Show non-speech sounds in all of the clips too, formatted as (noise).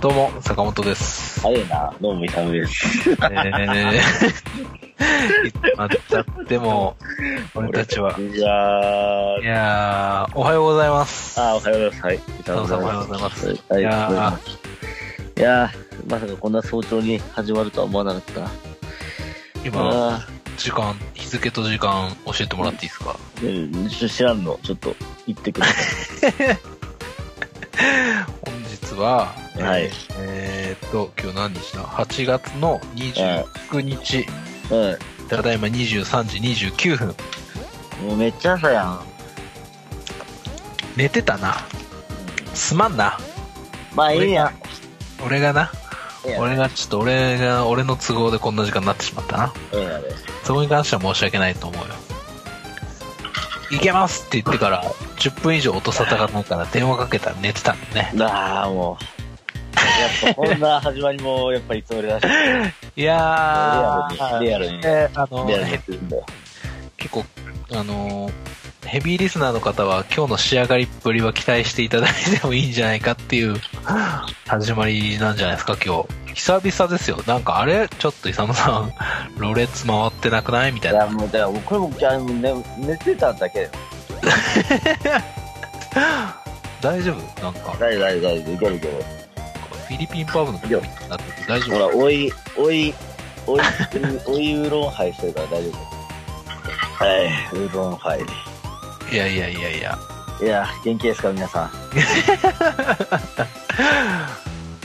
どうも、坂本です。早いな。どうも、イサムです。えー、いつまでたっても、俺たちはこ。んにちは。いやー、おはようございます。あ、おはようございます。はい。イサムおはようございます。す。はいい。やーいやー、まさかこんな早朝に始まるとは思わなかったな。今、あ時間、日付と時間教えてもらっていいですかーうん、ちょ知らんの。ちょっと、行ってくる。本日は、はいえーっと、今日何日だ ?8 月の29日、はただいま23時29分。い。もうめっちゃ朝やん。寝てたな。すまんな。まあ、いいや。俺がな。ええや俺が、ちょっと俺が、俺の都合でこんな時間になってしまったな。ええやで。そこに関しては申し訳ないと思うよ。いけますって言ってから、10分以上音沙汰がないから電話かけたら寝てたんだね。なあ、もう。やっぱこんな始まりも、やっぱいつもりだし、リいやアー、ルに、リアルに、リえーあのアルにやってるんだよ。結構、あのーヘビーリスナーの方は今日の仕上がりっぷりは期待していただいてもいいんじゃないかっていう始まりなんじゃないですか、今日。久々ですよ。なんかあれちょっとイサムさん、ろれつ回ってなくないみたいいな。や、もう、だから、これも、じゃあ、ね、寝てただけだよ。大丈夫なんか、大丈夫、大丈夫、大丈夫、いけるいける。フィリピンパブの時みたいになってて大丈ほ夫ら、おい、おい、おい、 (laughs) おい、うどん杯してるから大丈夫。はい、うどん杯。いやいやいやいや。いや、元気ですか、皆さ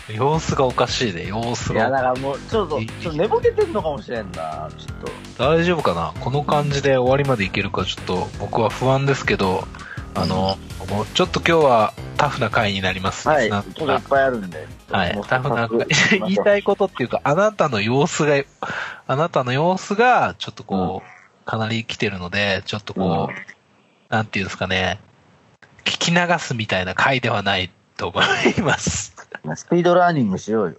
様子がおかしいで、様ん。子いが。や、だからもう、ちょっと、ちょっと寝ぼけてんのかもしれんな、ちょっと。大丈夫かなこの感じで終わりまでいけるかちょっと僕は不安ですけど、あの、もうちょっと今日はタフな回になります。はい、リスちょナーのっといっ方ぱいあるんで。はい、タフな回。言いい。たいことっていうか、あなたの様子が、あなたの様子が、ちょっとこう、かなり来てるので、ちょっとこう、なんていうんですかね、聞き流すみたいな回ではないと思います。スピードラーニングしようよ。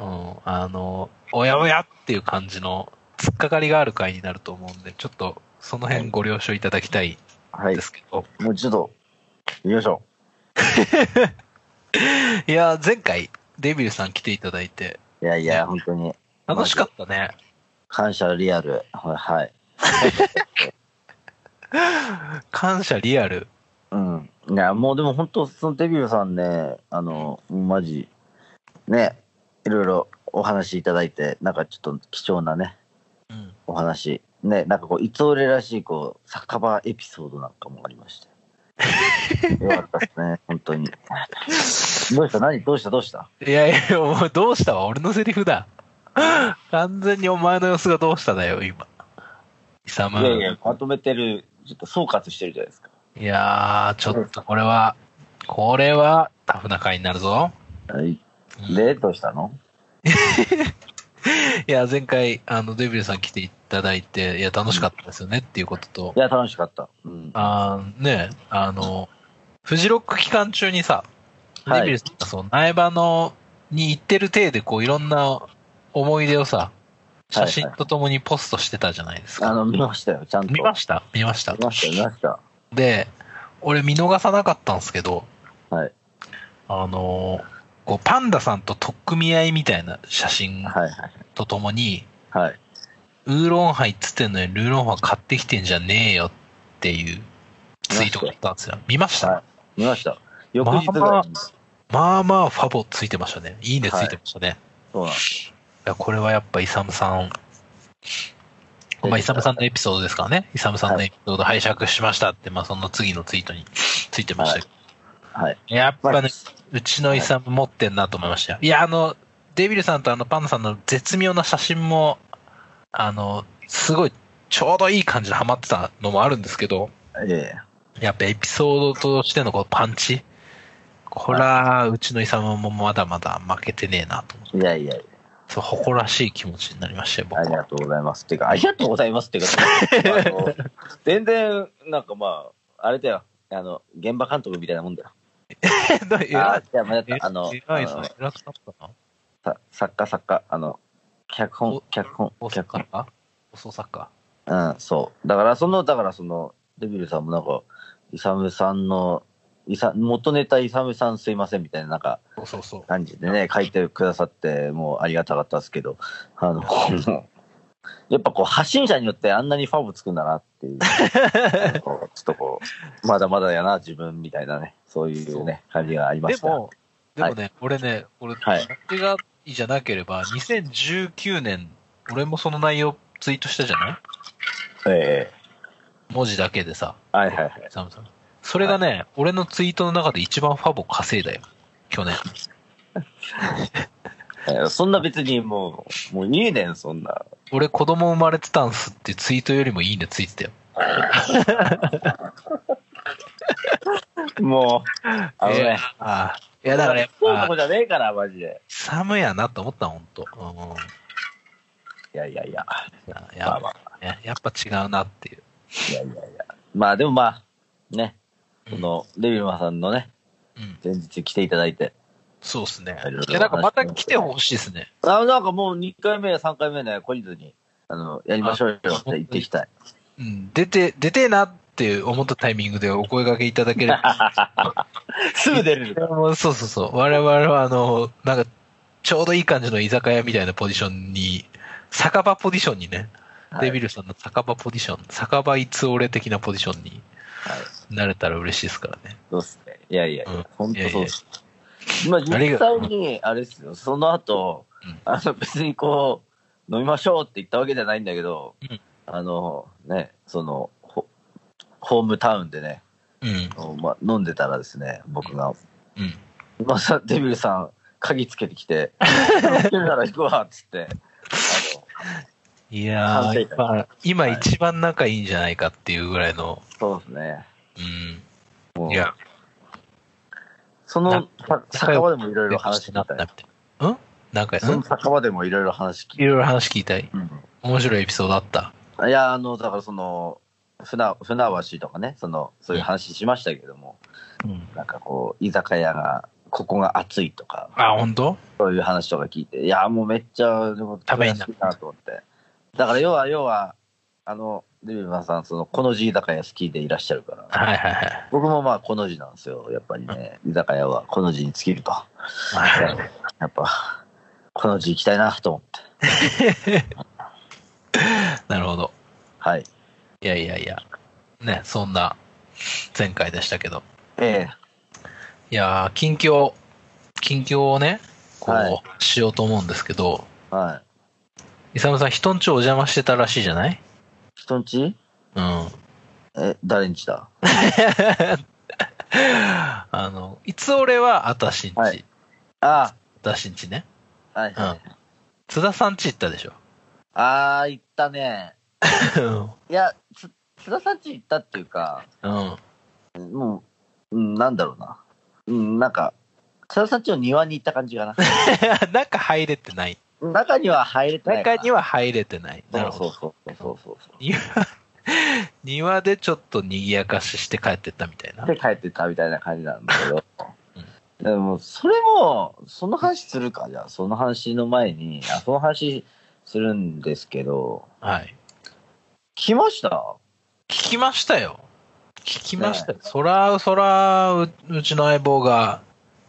うん、あの、おやおやっていう感じの、突っかかりがある回になると思うんで、ちょっと、その辺ご了承いただきたいはいで、すけど。もうちょっと、よいしょ。い、や、前回、デビルさん来ていただいて、いやいや、本当に、楽しかったね。感謝リアル。はいはい。感謝リアル。うん。いや、もうでも本当、そのデビューさんね、あの、マジ、ね、いろいろお話いただいて、なんかちょっと貴重なね、うん。お話。ね、なんかこう、いつ俺らしい、こう、酒場エピソードなんかもあり (laughs) まして。よかったですね、本当に。どうした何どうしたどうしたいやいや、お前どうしたわ俺のセリフだ。完全にお前の様子がどうしただよ、今。イサム。いやいや、まとめてる、ちょっと総括してるじゃないですか。いやー、ちょっとこれは、これは、タフな回になるぞ。はい。うんで、どうしたのいや、前回、あの、デビルさん来ていただいて、いや、楽しかったですよねっていうこととい、や、楽しかった。うん。あーね、あの、フジロック期間中にさ、はいデビルさんがそう、苗場の、に行ってる体で、こう、いろんな思い出をさ、写真とともにポストしてたじゃないですか。あの、見ましたよ、ちゃんと。見ました見ました見。ました、見ました。で、俺見逃さなかったんですけど、はい。あの、こうパンダさんと取っ組み合いみたいな写真はいはい。とともに、はい。ウーロンハイっつってんのに、ルーロンハイ買ってきてんじゃねえよっていうツイートがあったんですよ。見ました、はい見ました。翌日ぐらいに、まあまあまあファボついてましたね。いいねつはいいてましたね。い、そうなんや、これはやっぱイサムさん、たまあイサムさんのエピソードですからね。イサムさんのエピソード拝借しましたって、まあその次のツイートについてましたけど。はい。やっぱまね、うちのイサム持ってんなと思いましたよ。いや、あの、デビルさんとあのパンダさんの絶妙な写真も、あの、すごい、ちょうどいい感じでハマってたのもあるんですけど、えやっぱエピソードとしてのこのパンチ。こら、うちのイサムもまだまだ負けてねえなと思って。えいやいやいや、そう、誇らしい気持ちになりましたよ、僕ありは。がとうございます。っていうか、ありがとうございますっていうか、あの全然、なんかまあ、あれだよ。あの、現場監督みたいなもんだよ。えあらあ、じゃあ、まだい、あの、えあらいのさ、偉くなったな。さ作家、作家、あの、脚本お、脚本、大脚阪か大阪本。うん、そう。だから、その、だから、その、デビルさんもなんか、イサムさんのいさ元ネタ、イサムさんすいませんみたいな、なんか、そうそうそう。感じでね、書いてくださって、もうありがたかったですけど、あの、こ (laughs) のやっぱこう、発信者によってあんなにファブつくんだなっていう、あのこうちょっとこう、 (laughs) まだまだやな、自分みたいなね、そういうね、感じがありまでした。も、でもね、俺ね、俺、はい手がいいじゃなければ、2019年、俺もその内容ツイートしたじゃないえ文字だけでさ、えはいはいはい。サムさん。それがね、俺のツイートの中で一番ファボ稼いだよ。去年。えーそんな別にもう、もういいねん、そんな。俺子供生まれてたんすってツイートよりもいいねついてたよ。もう、あのいやね。ああいや、だからやっそうなぱこ、じゃねえから、マジで。寒いやなと思った、ほんと。うんいやいやいや。いやまあやまあ、ややっぱ違うなっていう。いやいやいや。まあでもまあ、ね、その、レビルマさんのね、うん。前日来ていただいて。そうっすねありがとうございま。すいや、なんかまた来てほしいですね。あなんかもう2回目や3回目ね、懲りずに、あの、やりましょうよって言ってきたい。うん。出て、出てえなって思ったタイミングでお声掛けいただけれ (laughs) ば。 (laughs) すぐ出れるから。もうそうそうそう。我々は、あの、なんか、ちょうどいい感じの居酒屋みたいなポジションに、酒場ポジションにね、はいデビルさんの酒場ポジション、酒場いつ俺的なポジションにはい。なれたら嬉しいですからね。そうっすね。いやいやいうやん、ほんとそうっす。まあ実際に、あれっすよ、その後うん、あの別にこう、飲みましょうって言ったわけじゃないんだけどうん、あの、ね、その、ホホームタウンでね、うん。あのまあ、飲んでたらですね、僕が、うん。まさ、デビルさん、鍵つけてき (laughs) て、つけるなら行くわ、っつって、あいや反省ー、会今、今はい一番仲いいんじゃないかっていうぐらいの、の、そうですね。うもん。ういや、そなのさ酒場でもいろいろ話話聞になっいたたみたよい。な。うんなんか、そうんの酒場でもいろいろ話聞いいろいろ話聞いたい。た。面白いエピソードあった。いや、あの、だからその、船船橋とかね、その、そういう話しましたけども、うん。なんかこう、居酒屋が、ここが暑いとか、あ、本当？そういう話とか聞いて、いや、もうめっちゃ、でもためにな好るきだなと思って。だから要は、要は、あの、デビルマンさん、その、この字居酒屋好きでいらっしゃるから、はいはいはい僕もまあ、この字なんですよ。やっぱりね、居酒屋はこの字に尽きると。はい。やっぱ、この字行きたいなと思って。なるほど。はい。いやいやいや。ね、そんな前回でしたけど。ええいやー、近況、近況をね、こう、はいしようと思うんですけど、はい。イサムさん、人んちお邪魔してたらしいじゃない人んちうん。え、誰んちだ (laughs) あの、いつ俺はあたしんち、はいああたしんちね。あ、はい、うはんい。。津田さんち行ったでしょ。ああ、行ったね。ういや、つ津田さんち行った (laughs) っていうか、ん。 (laughs) もう、うん、なんだろうな。うん、なんか、津田さんちの庭に行った感じかな。 (laughs) 中入れてない。中には入れてないか中な。には入れてない。なるほそど。うそうそうそうそうそう。庭、 (laughs) 庭でちょっと賑やかしして帰ってったみたいな。で帰ってたみたいな感じなんだけどうん。でも、それも、その話するか、じゃあ、その話の前に、あその話するんですけど、はい。来ました聞きましたよ。聞きましたよ。そら、そら、ううちの相棒が、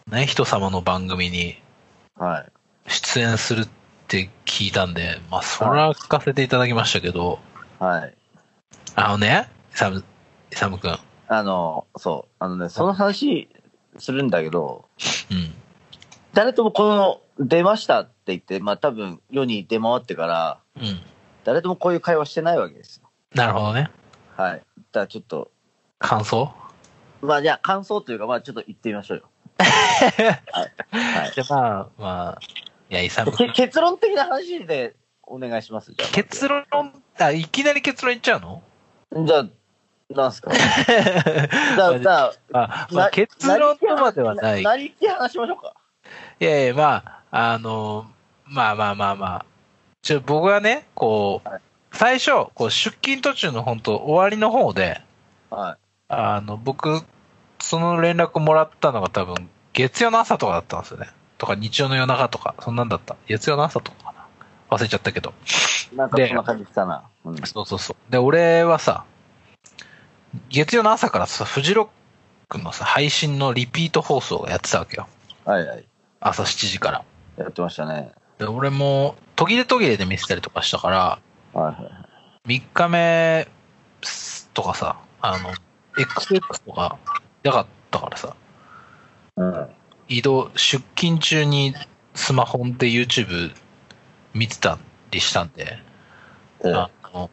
ね、人様の番組にはい。出演するって聞いたんで、まあ、そら聞かせていただきましたけど、はい。あのね、イサム、イサムくん。あの、そう、あのね、その話するんだけど、うん。誰ともこの、出ましたって言って、まあ多分世に出回ってから、うん。誰ともこういう会話してないわけですよ。なるほどね。はい。だからちょっと、感想まあじゃあ感想というか、まあちょっと言ってみま (laughs) しょうよ。はい。はいじゃあまあ、まあ、いや、イ (laughs) サムくけん。結論的な話でお願いします。じゃあ結論、あ、いきなり結論言っちゃうのじゃあ、なんすかだじゃあ、あ、まあ、な結論とまではないなりきり話しましょうか。いやいや、まあ、あの、まあまあまあまあ。ちょ、僕はね、こう、最初、こう、出勤途中の本当終わりの方で、はあの、僕、その連絡もらったのが多分、月曜の朝とかだったんですよね。とか、日曜の夜中とか、そんなんだった。月曜の朝とかかな。忘れちゃったけど。い。なんかでそんな感じしたな。うんそうそうそう。で、俺はさ、月曜の朝からさ、フジロックのさ、配信のリピート放送をやってたわけよ。はいはい。朝7時から。やってましたね。で、俺も途切れ途切れで見せたりとかしたから、はいはい。 3日目とかさ、あの、XX とか、なかったからさ、うん。移動、出勤中にスマホで YouTube 見てたりしたんで、ええあの、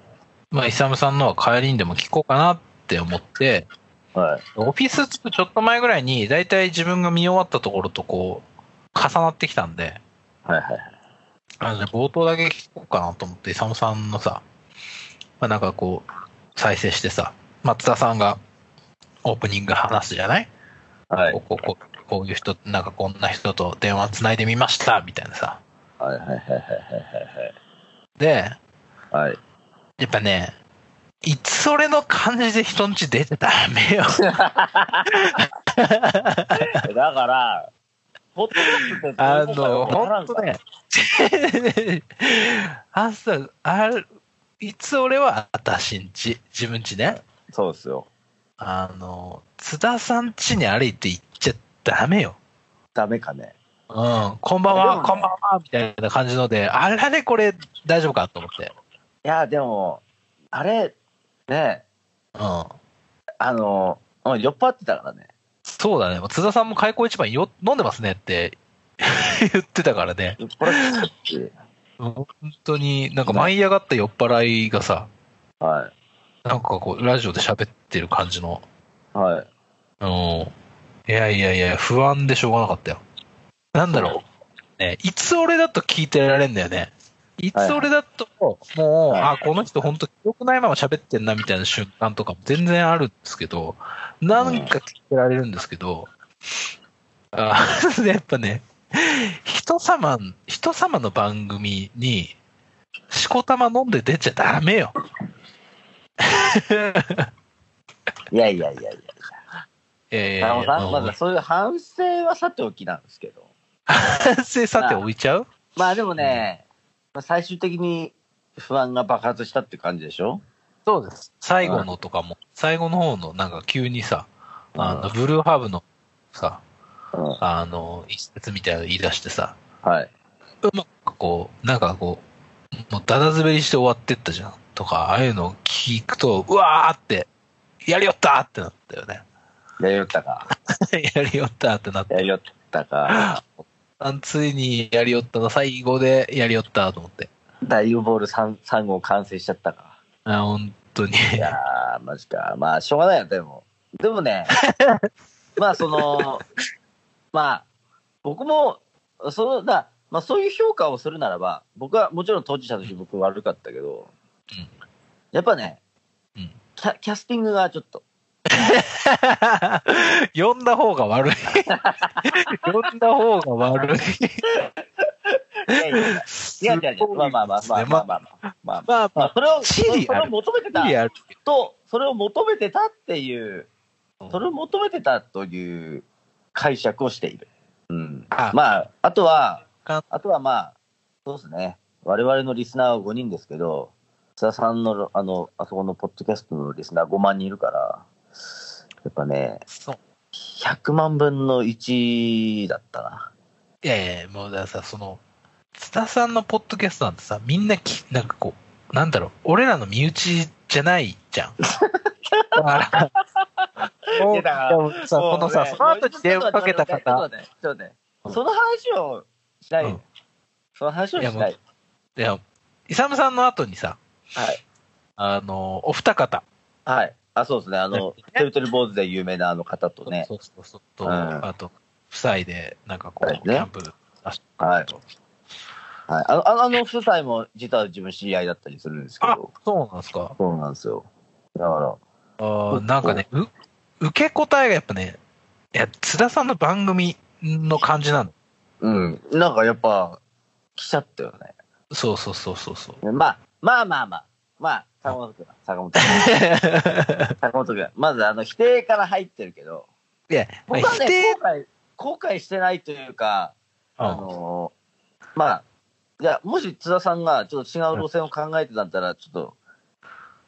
まあ、イサムさんのは帰りにでも聞こうかなって思って、はい。オフィス着くちょっと前ぐらいに、だいたい自分が見終わったところとこう、重なってきたんで、はいはい。あのじゃあ冒頭だけ聞こうかなと思って、イサムさんのさ、まあ、なんかこう、再生してさ、松田さんがオープニング話すじゃない、はいこうこうこうこういう人、なんかこんな人と電話つないでみました、みたいなさ。はいはいはいはいで、はい。はい。やっぱね、いつそれの感じで人んち出てたらダメよ。だから、ポッドキャストってあどういうの、ことかわか本らん当からね。 (laughs) あさ、ある、いつ俺は私んち、自分ちね。そうですよ。あの、津田さんちに歩いて行っちゃダメよ。ダメかね。うん、こんばんでもは、ねこんばんは、みたいな感じので、あれれこれ大丈夫かと思って。いや、でも、あれ、ね、うん。あの、うん酔っ払ってたからね。そうだね。津田さんも開口一番よ飲んでますねって (laughs) 言ってたからね。酔っ払ってたし。本当になんか舞い上がった酔っ払いがさ、はなんかこう、ラジオで喋ってる感じの、い。はい。うん。いやいやいや、不安でしょうがなかったよ。なんだろう。ね、いつ俺だと聞いてられんだよね。いつ俺だと、もう、はいあ、この人本当記憶ないまま喋ってんなみたいな瞬間とかも全然あるんですけど、なんか聞いてられるんですけど、あ (laughs) やっぱね、人様、人様の番組に、しこたま飲んで出ちゃダメ (laughs) よ。いやいやいやいえや。あのさ (laughs) んまずそういう反省はさておきなんですけど。反省さて置いちゃうまあでもね、まあ最終的に不安が爆発したって感じでしょそうです。最後のとかも、最後の方のなんか急にさ、あの、ブルーハーブのさ、うんはあの、一節みたいなの言い出してさ、い。うまくこう、なんかこう、もうダダ滑りして終わってったじゃんとか、ああいうのを聞くと、うわーって、やりよったーってなったよね。 (laughs) やりよったか。やりよったーってなってや、りよったか。あついにやりよったの最後でやりよったーと思って。ダイブボール 3, 3号完成しちゃったか。あ、本当に。いやー、マジか。まあ、しょうがないよ、でも。で (laughs) もね、まあ、その、まあ、僕も、そのだまあ、そういう評価をするならば、僕はもちろん当事者として僕悪かったけど、うんやっぱね、うんキャ、キャスティングがちょっと、 (laughs) 呼んだ方が (laughs) 悪い。呼んだ方が悪い。いやいやいやいやいやいやまあまあまあまあまあまあまあまあまあままあ、それを、シそリアルれを求めてあ、いいたやるけと、それを求めてたっていう、どそれを求めてたという解釈をしている。うん。あまあ、あとはか、あとはまあ、そうですね。我々のリスナーは5人ですけど、津田さんの、あの、あそこのポッドキャストのリスナー5万人いるから、やっぱね、そう。 100万分の1だったな。いやいや、もうだからさ、その、津田さんのポッドキャストなんてさ、みんなき、なんかこう、なんだろう、俺らの身内じゃないじゃん。だからもういやだからもうさこのさ、もうねその後に電話かけたちょ方っ、と待ってちょっと待ってうんその話をしないで、うんその話をしいやなもい。いや、イサムさんの後にさ、はい。あの、お二方、はい。あ、そうですね。あの、てるてる坊主で有名なあの方とね。そうそうそうと、うんあと、夫妻で、なんかこう、はいキねャンプ、あはいとはい、あのあのあの夫妻も実は自分知り合いだったりするんですけあど、、そうなんですか。そうなんですよ。だかあーなんかね、う受け答えがやっぱね、いや、津田さんの番組の感じなの。ら、うん、なんかやっぱ、来ちゃったよね。そうそうそうそうそう。まあ、まあまあまあ、まあ、坂本君、坂本君、坂本君、まずあの否定から入ってるけど、 (laughs) いや、まあ僕は否定ね、、後悔、後悔してないというか、あのーまあ、いや、もし津田さんがちょっと違う路線を考えてたんだったら、ちょっと、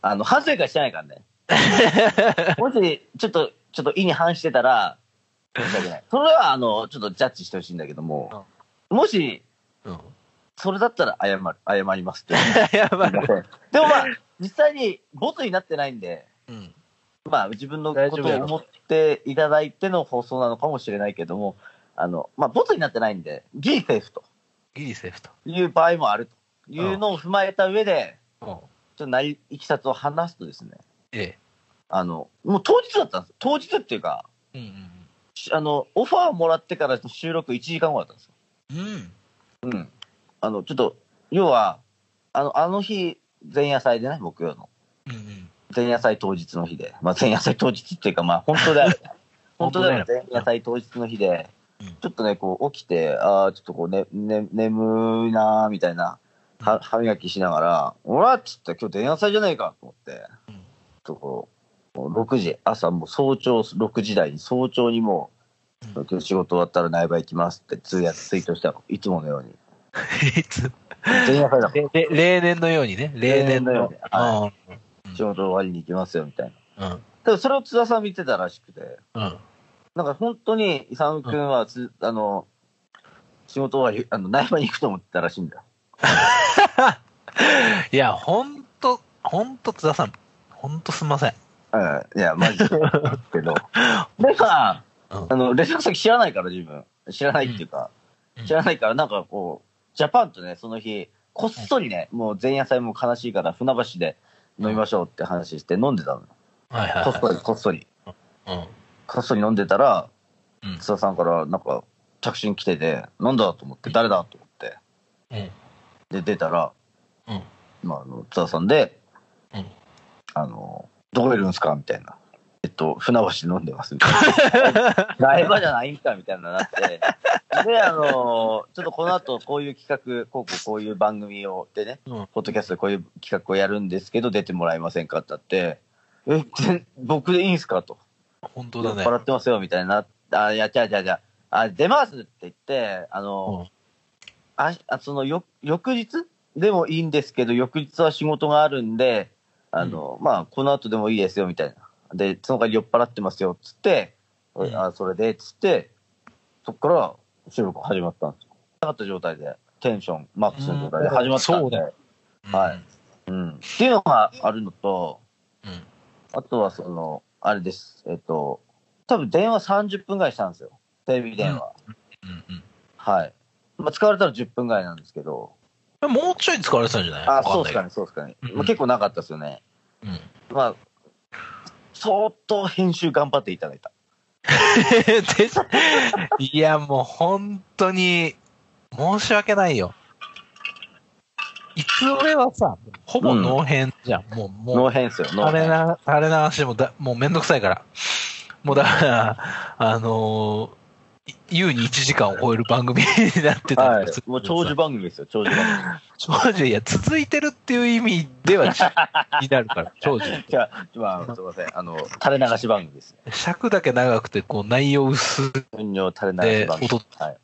あの、反省会してないからね。もし、ちょっとちょっと意に反してたら、申し訳ない。それは、あの、ちょっとジャッジしてほしいんだけども、もし、うん。 (laughs) それだったら謝る、謝りますって。やばい。でもまあ、実際にボツになってないんで、うん。まあ、自分のこと大丈夫やをろ思っていただいての放送なのかもしれないけども、あの、まあ、ボツになってないんで、ギリセーフとギリセーフと。いう場合もあるというのを踏まえた上で、うん。ちょっとなり、いきさつを話すとですね、えあの、もう当日だったんです。当日っていうか、え。うんしあの、オファーをもらってから収録1時間後だったんですよ。うんうん。うん。うん。あの、ちょっと、要は、あの、あの日、前夜祭でね、木曜の。うんうん。前夜祭当日の日で。まあ、前夜祭当日っていうか、まあ、本 (laughs) 当だよ。本当だよ本。当だ前夜祭当日の日でうん、ちょっとね、こう、起きて、ああ、ちょっとこう、ね、ね、眠いなーみたいな、は、歯磨きしながら、おらっつって、今日前夜祭じゃねえかと思ってうん、とこう、もう6時、朝もう早朝、6時台に、早朝にもうう、今日仕事終わったら内場行きますって、通訳ツイートしたの。いつものように。 (laughs) いつ前夜祭だもんでで例年のようにね。例年のように。は仕事終わりに行きますよ、みたいな。うん。うん。ただそれを津田さん見てたらしくて、うん。なんか本当に、イサム君はつ、あの、仕事終わり、あの、内場に行くと思ってたらしいんだよ。いや、ほんと、ほんと津田さん、ほんとすんません。うん、いや、マ (laughs) ジで。けど。でさ、うんあの、連絡先知らないから、自分。知らないっていうか、うん知らないから、なんかこう、ジャパンとね、その日、こっそりね、もう前夜祭も悲しいから、船橋で飲みましょうって話して飲んでたの。はいはいこっそはり、こっそり。い。うん。こっそり飲んでたら、うん津田さんからなんか着信来てて、なんだと思って、誰だと思って、うん。で、出たら、うんまあ、あの津田さんで、うんあの、どこいるんすかみたいな。えっと、船橋で飲んでますみたいな。 (laughs) ライバじゃないんかみたいななって。で、あの、ちょっとこの後、こういう企画、こうこうこういう番組を、でね、うんポッドキャストでこういう企画をやるんですけど、出てもらえませんかってなって、え、全僕でいいんすかと。本当だね。酔っ払ってますよ、みたいな。あ、いや、じゃあじゃあじゃあ、あ出ますって言って、あの、ああそのよ、翌日でもいいんですけど、翌日は仕事があるんで、あの、まあ、この後でもいいですよ、みたいな。で、その代わり酔っ払ってますよ、つって、うんあ、それで、つって、そっから収録始まったんですよ。なかった状態で、テンションマックスの状態で始まったんで。うんそうだようんはい。うん。っていうのがあるのと、うん。あとはその、あれです。えっと、多分電話30分ぐらいしたんですよ。テレビ電話。うんうんはい。まあ、使われたら10分ぐらいなんですけど。えもうちょい使われてたんじゃないあ、そうっすかね。ね、そうっすかね。うんうんまあ、結構なかったですよね。うん。まあ、相当編集頑張っていただいた。 (laughs) ですいや、もう本当に、申し訳ないよ。いつ俺はさ、ほぼ脳編じゃん。もう、も脳う、編ですよ、脳垂れ編。な、垂れ流しもだ、もうめんどくさいから。もうだから、あのー、優に1時間を超える番組になってたはりすい。るもう長寿番組ですよ、長寿番 (laughs) 組。長寿、いや、続いてるっていう意味では、 (laughs) になるから、長寿。じゃあ、まあ、すいません。あの、垂れ流し番組です。尺だけ長くて、こう、内容薄い。分量垂れ流し番組で。はい。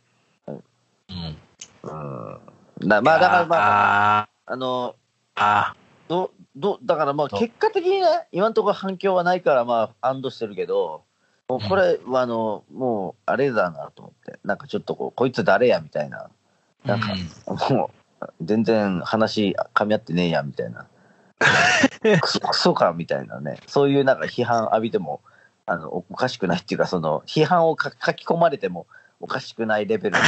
うん。うん。なまあ、だからまあ、ああの、ーあー。どどだからまあそう結果的にね、今のところ反響はないから、まあ、安堵してるけど、もうこれはあの、もうあれだなと思って、なんかちょっとこう、こいつ誰やみたいな、なんか、もう、全然話噛み合ってねえやみ (laughs) たいな、クソクソかみたいなね、そういうなんか批判浴びても、あのおおかしくないっていうか、その批判をか書き込まれてもおかしくないレベルの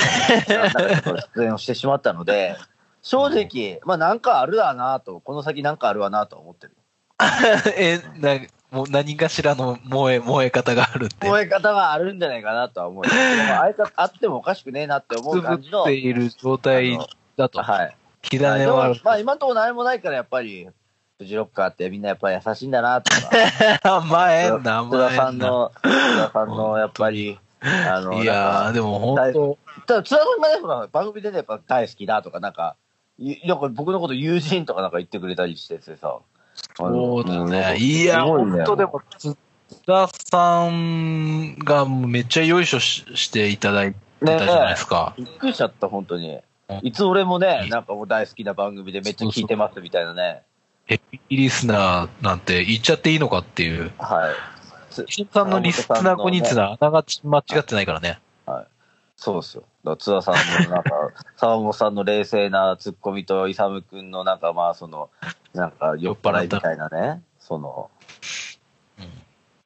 なんかちょっと出演をしてしまったので、正直、まあなんかあるわなと、この先なんかあるわなとは思ってる。 (laughs) え、な、もう何かしらの燃え、燃え方があるって。思え方があるんじゃないかなとは思うよ。でもあれかあってもおかしくねえなって思くうぶ感じの。っあている状態のだと。はい。火まあ種はあるでもまあ今のところ何もないからやっぱり、フジロッカーってみんなやっぱり優しいんだなとか。 (laughs) 甘えんな、津甘田えさんんな。の、津田さんのやっぱり、あの、いやなー、んかでも本当、ただ津田さんがねほら、番組でね、やっぱ大好きだとか、なんか、いなんか僕のこと友人とかなんか言ってくれたりしててさ。そうだね。うんいや、すごいね本当でも、津田さんがめっちゃよいしょししていただいてたじゃないですか。びっくりしちゃった、本当にうん。いつ俺もね、なんかもう大好きな番組でめっちゃ聞いてますみたいなね。ヘビーリスナーなんて言っちゃっていいのかっていう。はい。つ石本さんのリスナー5人っていうのは、あながち間違ってないからね。そうですよ。だから津田さんの、な (laughs) んか、沢本さんの冷静なツッコミと、勇君の、なんか、まあ、その、なんか、酔っ払いみたいなね、その、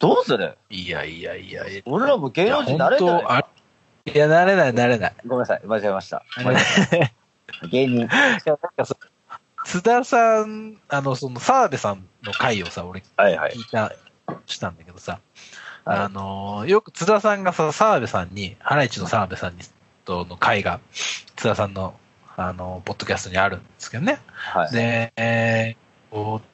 どうするいやいやいや、い俺らも芸能や、人本慣れてない当あいや、なれない、なれない。ごめんなさい、間違えました。間違えた (laughs) 芸人。津田さん、あの、その、澤部さんの回をさ、俺、はいは聞いた、したんだけどさ、はいあのー、よく津田さんがさ、澤部さんに、ハライチの澤部さんに、との回が、津田さんの、あの、ポッドキャストにあるんですけどね。はい。で、えーこう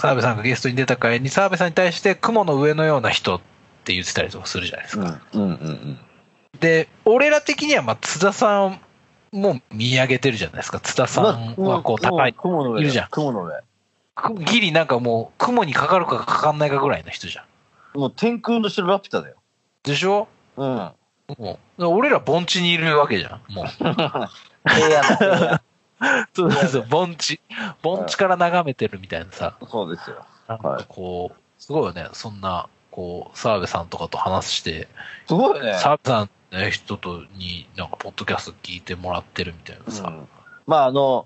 澤部さんがゲストに出た回に、澤部さんに対して、雲の上のような人って言ってたりとかするじゃないですうか。んうんうんで、俺ら的には、まあ、津田さんも見上げてるじゃないですか。津田さんうん。はこう、高い。雲の上だよ。いるじゃん雲の上。ギリなんかもう、雲にかかるかかかんないかぐらいの人じゃん。もう天空の城ラピュタだよ。でしょ (laughs) うん。もう、俺ら盆地にいるわけじゃん。 (laughs) もう。平野だよそう (laughs) そうそう、盆地。盆地から眺めてるみたいなさ。そうですよ。なんかこう、すごいよね。そんな、こう、澤部さんとかと話して、すごいね。澤部さんの人とに、なんか、ポッドキャスト聞いてもらってるみたいなさ。うんまああの、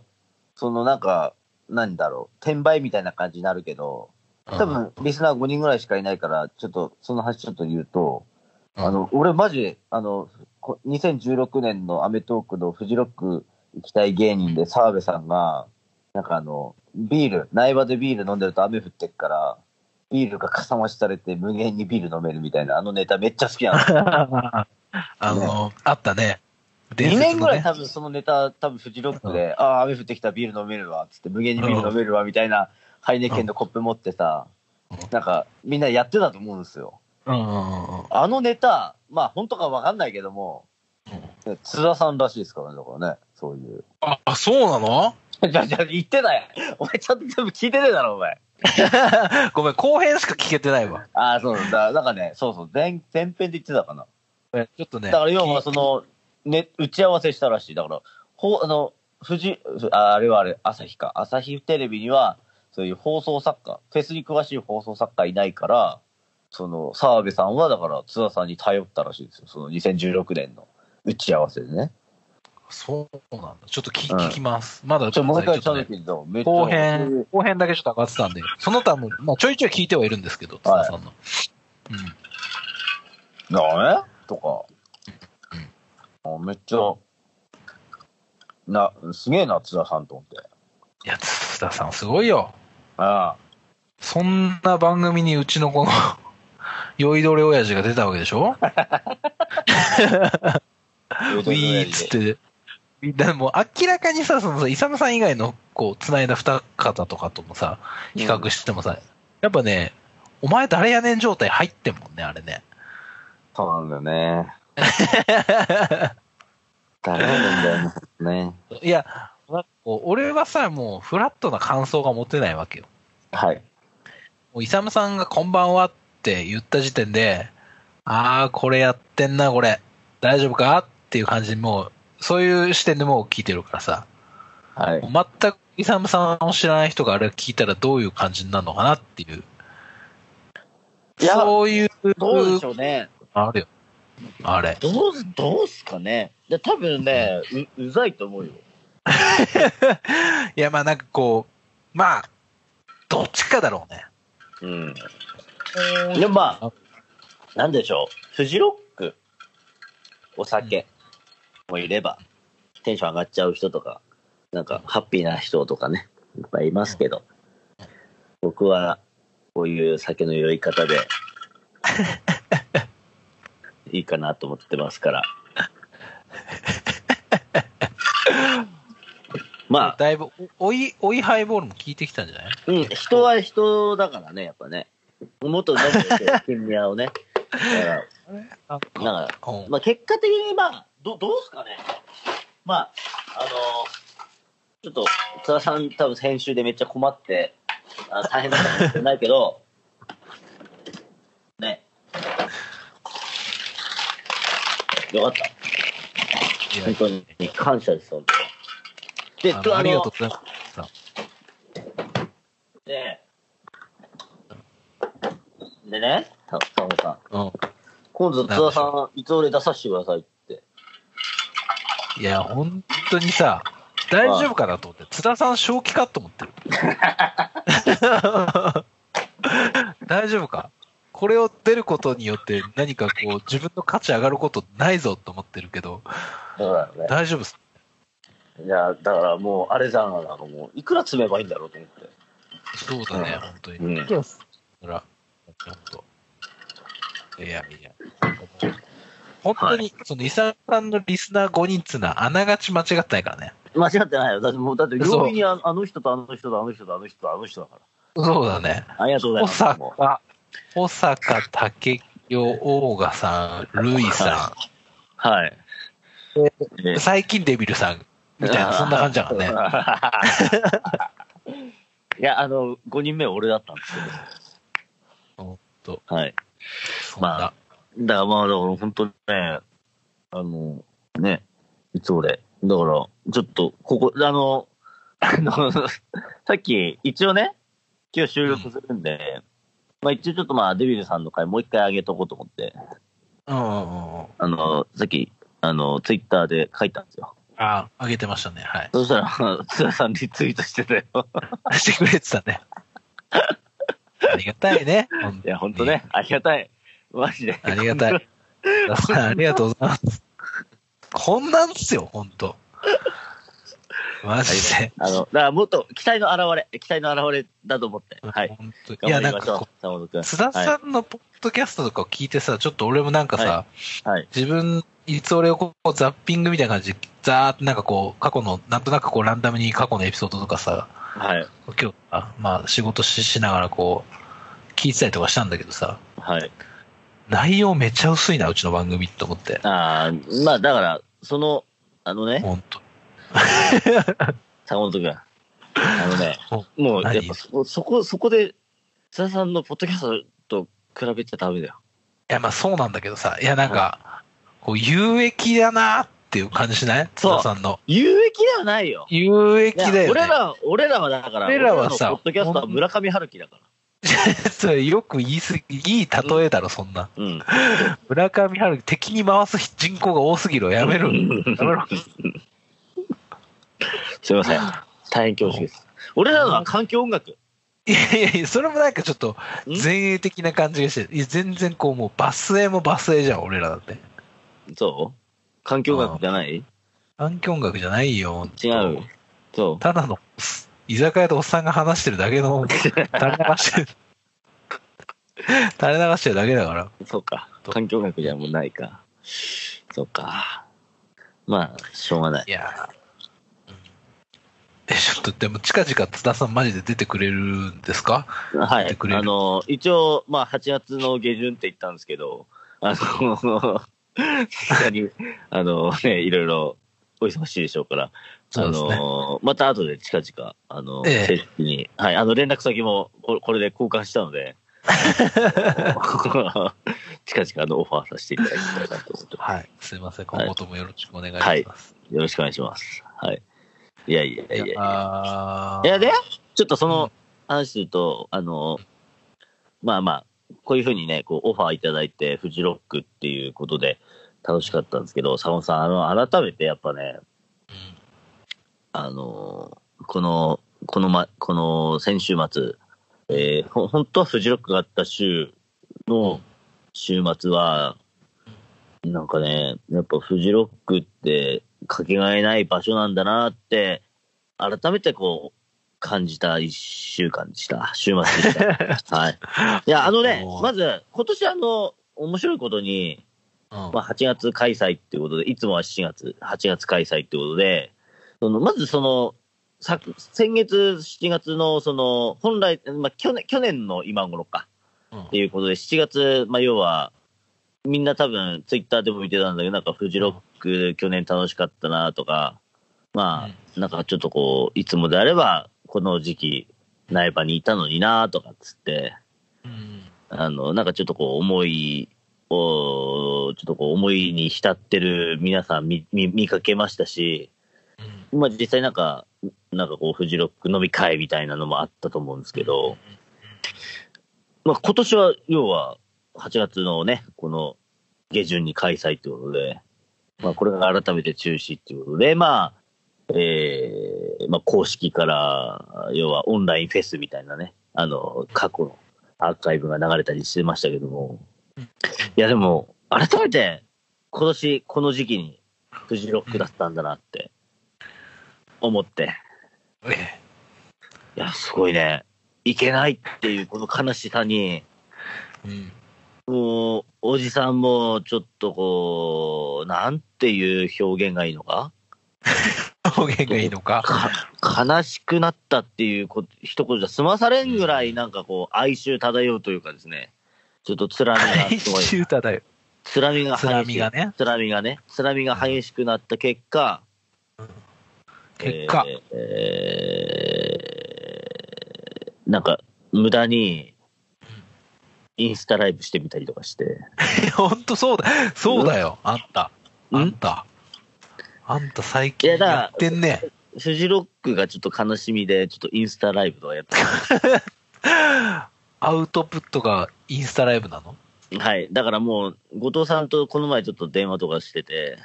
そのなんか、何だろう、転売みたいな感じになるけど、多うん、分リスナー5人ぐらいしかいないから、ちょっとその話ちょっと言うと、うんあの、俺マジ、あの、こ2016年のアメトークのフジロック行きたい芸人で澤部さんが、なんかあの、ビール、苗場でビール飲んでると雨降ってっから、ビールがかさ増しされて無限にビール飲めるみたいな、あのネタめっちゃ好きなの。 (laughs) あの、あったね。 2年ぐらい伝多分そのネタ、多分フジロックで、ああ、雨降ってきたビール飲めるわ、つって、無限にビール飲めるわ、みたいな、ハイネケンのコップ持ってさうん、なんか、みんなやってたと思うんですよ。説のね。うんうんうんうん。あのネタ、まあ、本当かわかんないけども、津田さんらしいですからね、だからね、そういう。 (laughs) あ、あそうなの (laughs) じゃあ、じゃあ、言ってない。お前、ちゃんと全部聞いてねえだろ、お前。ごめん、後編しか聞けてないわ。ああ、そうなんだ。なんかね、そうそう、前前編で言ってたかな。ちょっとね。だから今はその、ね、打ち合わせしたらしい。だから、ほうあの、富士、ああれはあれ、朝日か。朝日テレビには、そういう放送作家、フェスに詳しい放送作家いないから、その、澤部さんはだから、津田さんに頼ったらしいですよ。その2016年の打ち合わせでね。そうなんだ。ちょっと聞,、うん聞きます。まだちょ、もう一回ちゃんねと聞いてためっちゃ後編、後編だけちょっと上がってたんで、その他も、まあ、ちょいちょい聞いてはいるんですけど、津田さんの。うん。なめとか。あめっちゃ、な、すげえな、津田さんと思って。いや、津田さんすごいよ。ああ。そんな番組にうちのこの、 (laughs) 酔いどれ親父が出たわけでしょウウィーっつって。だからもう明らかにさ、そのさ、イサムさん以外の、こう、繋いだ二方とかともさ、比較してもさ、やっぱね、お前誰やねん状態入ってんもんね、あれね。そうなんだよ (laughs) ね。誰なんだよね。いや、なんかこう俺はさ、もうフラットな感想が持てないわけよ。はい。もうイサムさんがこんばんはって言った時点で、ああ、これやってんな、これ。大丈夫かっていう感じでもう、そういう視点でもう聞いてるからさ、はい。全くイサムさんを知らない人があれ聞いたらどういう感じになるのかなっていう。いやそういう、どうでしょうね。あるよ。あれ。どう、どうすかね。で多分ね、う、うざいと思うよ。いや、まあなんかこう、まあ、どっちかだろうね。うん。でもまあ、なんでしょう。フジロック、お酒もいれば、テンション上がっちゃう人とか、なんかハッピーな人とかね、いっぱいいますけど、僕はこういう酒の酔い方 (laughs) で、いいかなと思ってますから。まあ、だいぶ、お追い、追いハイボールも効いてきたんじゃないうん、人は人だからね、やっぱね。もっと飲む (laughs) よ、金宮をね。だからなんかなんか、うんまあ、結果的に、まあ、どどうすかね。まあ、あのーちょっと、津田さん、多分編集でめっちゃ困って、あ大変だったかもしれないけど、ね。よかった。いや本当に。感謝です、本当に。で、あとのあありがとうのございます。さねでね、た、パムさん。うん。今度、津田さん、いつ俺出させてくださいって。いや、本当にさ、大丈夫かなと思って、津田さん正気かと思ってる。大丈夫かこれを出ることによって何かこう自分の価値上がることないぞと思ってるけど、だからね。大丈夫っす。いや、だからもう、あれじゃん、なんかもう、いくら積めばいいんだろうと思って。そうだね、本当に。ん。ほら、ほんと。いやいや。本当に、その、伊沢さんのリスナー5人っつうのは、あながち間違ってないからね。 (laughs) 間違ってないよ。だって、もう、だって、曜日にああの人とあの人とあの人とあの人とあの人だかそうだね。ら。ありがとうござ保います。も坂、保坂武雄、大賀さん、ルイさうはい。ん、 (laughs) 最近デビルさん、みたいな、そんな感じだか (laughs) らね。ね。いや、あの、5人目は俺だったんですほんと、けど。はい。そんな。だからまあ、だから本当にね、あの、ね、いつ俺、だから、ちょっと、ここ、あの、 (laughs) あの、さっき、一応ね、今日収録するんで、まあ一応ちょっとまあ、デビルさんの回もう一回上げとこうと思って、うんうんうん。あの、さっき、あの、ツイッターで書いたんですよ。あ、あげてましたね。はい。そしたら、 (laughs) 津田さんリツイートしてたよ。してくれてた (laughs) ね。ありがたいね。ほんといや、本当ね。、ありがたい。マジで。ありがたい。 (laughs) ありがとうございます。こんなんですよ、ほんと。マジで。あの、だからもっと期待の表れ、期待の表れだと思って。はい。ほんといや、頑張なりんまかしょこうう、坂本君。津田はさんのポッドキャストとかを聞いてさ、ちょっと俺もなんかさ、ははい自分、いつ俺をこうザッピングみたいな感じで、ザーってなんかこう、過去の、なんとなくこうランダムに過去のエピソードとかさ、い。はい。今日、あまあ仕事ししながらこう、聞いてたりとかしたんだけどさ、はい。内容めっちゃ薄いな、うちの番組って思って。ああ、まあだから、その、あのね、ほんと。坂本君。あのね、もうやっぱそこ、そこ、そこで、津田さんのポッドキャストと比べちゃダメだよ。いや、まあそうなんだけどさ、いや、なんか、こう、有益だなっていう感じしない津そう田さんの。有益ではないよ。有益だよ、いね。や俺ら、俺らはだから、俺らはさ俺のポッドキャストは村上春樹だか (laughs) それよく言いすぎ、いい例えだろ、そんな。ら。うん。 (laughs) 村上春樹、敵に回す人口が多すぎる。やめろ。やめろ。すいません。大変恐縮です。俺らのは環境音楽。いやいやいや、それもなんかちょっと、ん前衛的な感じがして、いや全然こう、もう、バス絵もバス絵じゃん、俺らだって。そう環境音楽じゃない環境音楽じゃないよ。違う。そただの、居酒屋でおっさんが話してるだけ (laughs) の、垂れ流してる。垂れ流してるだけだから。う。そうか。と環境音楽じゃもうないか。そうか。まあ、しょうがない。いやーうんえ、ちょっと、でも、近々津田さんマジで出てくれるんですかはやってい。くれるあの、一応、まあ、8月の下旬って言ったんですけど、あの、 (laughs) さすがに、あのね、いろいろお忙しいでしょうから、そうですねあの、また後で近々、あの、ええ正式に、はい、あの、連絡先もここれで交換したの (laughs) で、 (laughs) 近々、あの、オファーさせていただきたいなと思ってまはい。すいません。今後ともよろしくお願いします。はいす。よろしくお願いします。はい。いやいやいやいやいや。あいーや、で、ちょっとそうんの話すると、あの、まあまあ、こういうふうにね、こうオファーいただいて、フジロックっていうことで楽しかったんですけど、坂本さん、あの、改めてやっぱね、うんあの、この、このま、この先週末、えー、ほ本当はフジロックがあった週の週末は、なんかね、やっぱフジロックってかけがえない場所なんだなって、改めてこう、感じた一週間でした。週末でした。はい。いや、あのねお、ーまず、今年あの、面白いことに、うんまあ、8月開催っていうことで、いつもは7月、8月開催っていうことで、そのまずその、さ先月7月の、その、本来、まあ、去年、去年の今頃か、うんっていうことで、7月、まあ、要は、みんな多分、ツイッターでも見てたんだけど、なんか、フジロック、去年楽しかったなとか、まあ、なんかちょっとこう、いつもであれば、この時期、苗場にいたのになとかっつって、うんあの、なんかちょっとこう、思いを、ちょっとこう、思いに浸ってる皆さん見、見、見かけましたし、うんまあ実際なんか、なんかこう、フジロック飲み会みたいなのもあったと思うんですけど、まあ今年は、要は、 8月のね、この下旬に開催ということで、まあ、これが改めて中止ということで、まあ、えーまあ、公式から、要はオンラインフェスみたいなね、あの、過去のアーカイブが流れたりしてましたけども、いや、でも、改めて、今年、この時期に、フジロックだったんだなって、思って、えいや、すごいね、いけないっていう、この悲しさに、えうん。もう、おじさんも、ちょっとこう、なんていう表現がいいのか表現がいいのか。か悲しくなったっていうこ一言じゃ済まされんぐらい、なんかこう、哀愁漂うというかですね、ちょっとつらみが哀すごい、愁漂う。つらみが津波激しいがね。つらみがね、つらみが激しくなった結果、結果、えーえーなんか、無駄に、インスタライブしてみたりとかして、ほんとそうだ。そうだよ。あんた。んあんた。あんた最近いやだやってんね。フジロックがちょっと悲しみで、ちょっとインスタライブとかやってアウトプットがインスタライブなのはい。だからもう、後藤さんとこの前ちょっと電話とかしてて、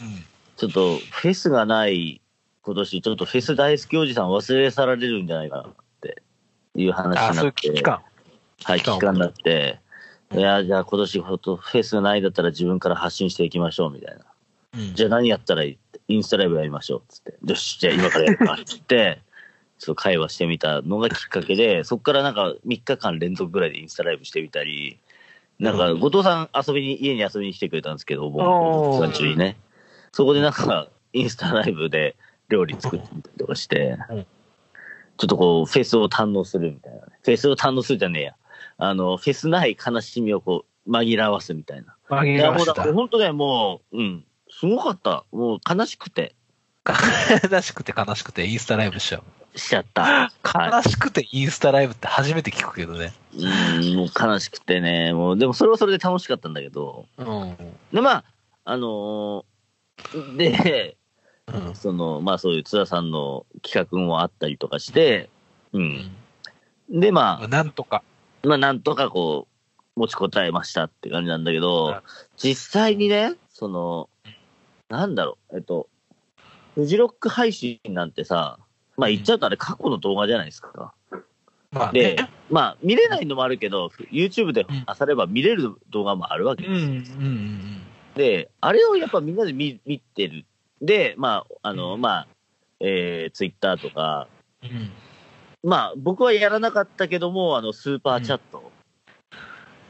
うん。ちょっとフェスがない今年、ちょっとフェス大好きおじさん忘れ去られるんじゃないかなっていう話になあ、って。そういう危機感。はい、期間を期間になって。いや、じゃあ今年ほんとフェスがないだったら自分から発信していきましょうみたいな。うんじゃあ何やったらいいインスタライブやりましょうっつって。よし、じゃあ今からやるかっ (laughs) つって、ちょっと会話してみたのがきっかけで、そこからなんか3日間連続ぐらいでインスタライブしてみたり、なんか後藤さん遊びに、家に遊びに来てくれたんですけど、お盆おー期間中にね。そこでなんかインスタライブで料理作ってみたりとかしてうん、ちょっとこうフェスを堪能するみたいなね。フェスを堪能するじゃねえや。あの、フェスない悲しみをこう紛らわすみたいな。紛いれや、まもうしだた。本当ね、もう、うん、すごかった。もう悲しくて、悲しくて悲しくてインスタライブしちゃう。しちゃった。は (laughs) 悲しくてインスタライブって初めて聞くけどね。い。うん、もう悲しくてね、もう、でもそれはそれで楽しかったんだけど、うん。で、まあ、あのーで、うん。その、まあそういう津田さんの企画もあったりとかして、うん。で、まなんとか。あ、まあなんとかこう、持ちこたえましたって感じなんだけどあ、実際にね、その、なんだろう、えっと、フジロック配信なんてさ、まあ言っちゃうとあれ過去の動画じゃないですか。まあでね。、まあ、見れないのもあるけど、YouTube でうんあされば見れる動画もあるわけうんでうす。んうんで、あれをやっぱみんなで見見てる。で、まあ、あの、うんまあ、えー、Twitter とか、うん。うん。まあ、僕はやらなかったけども、あの、スーパーチャット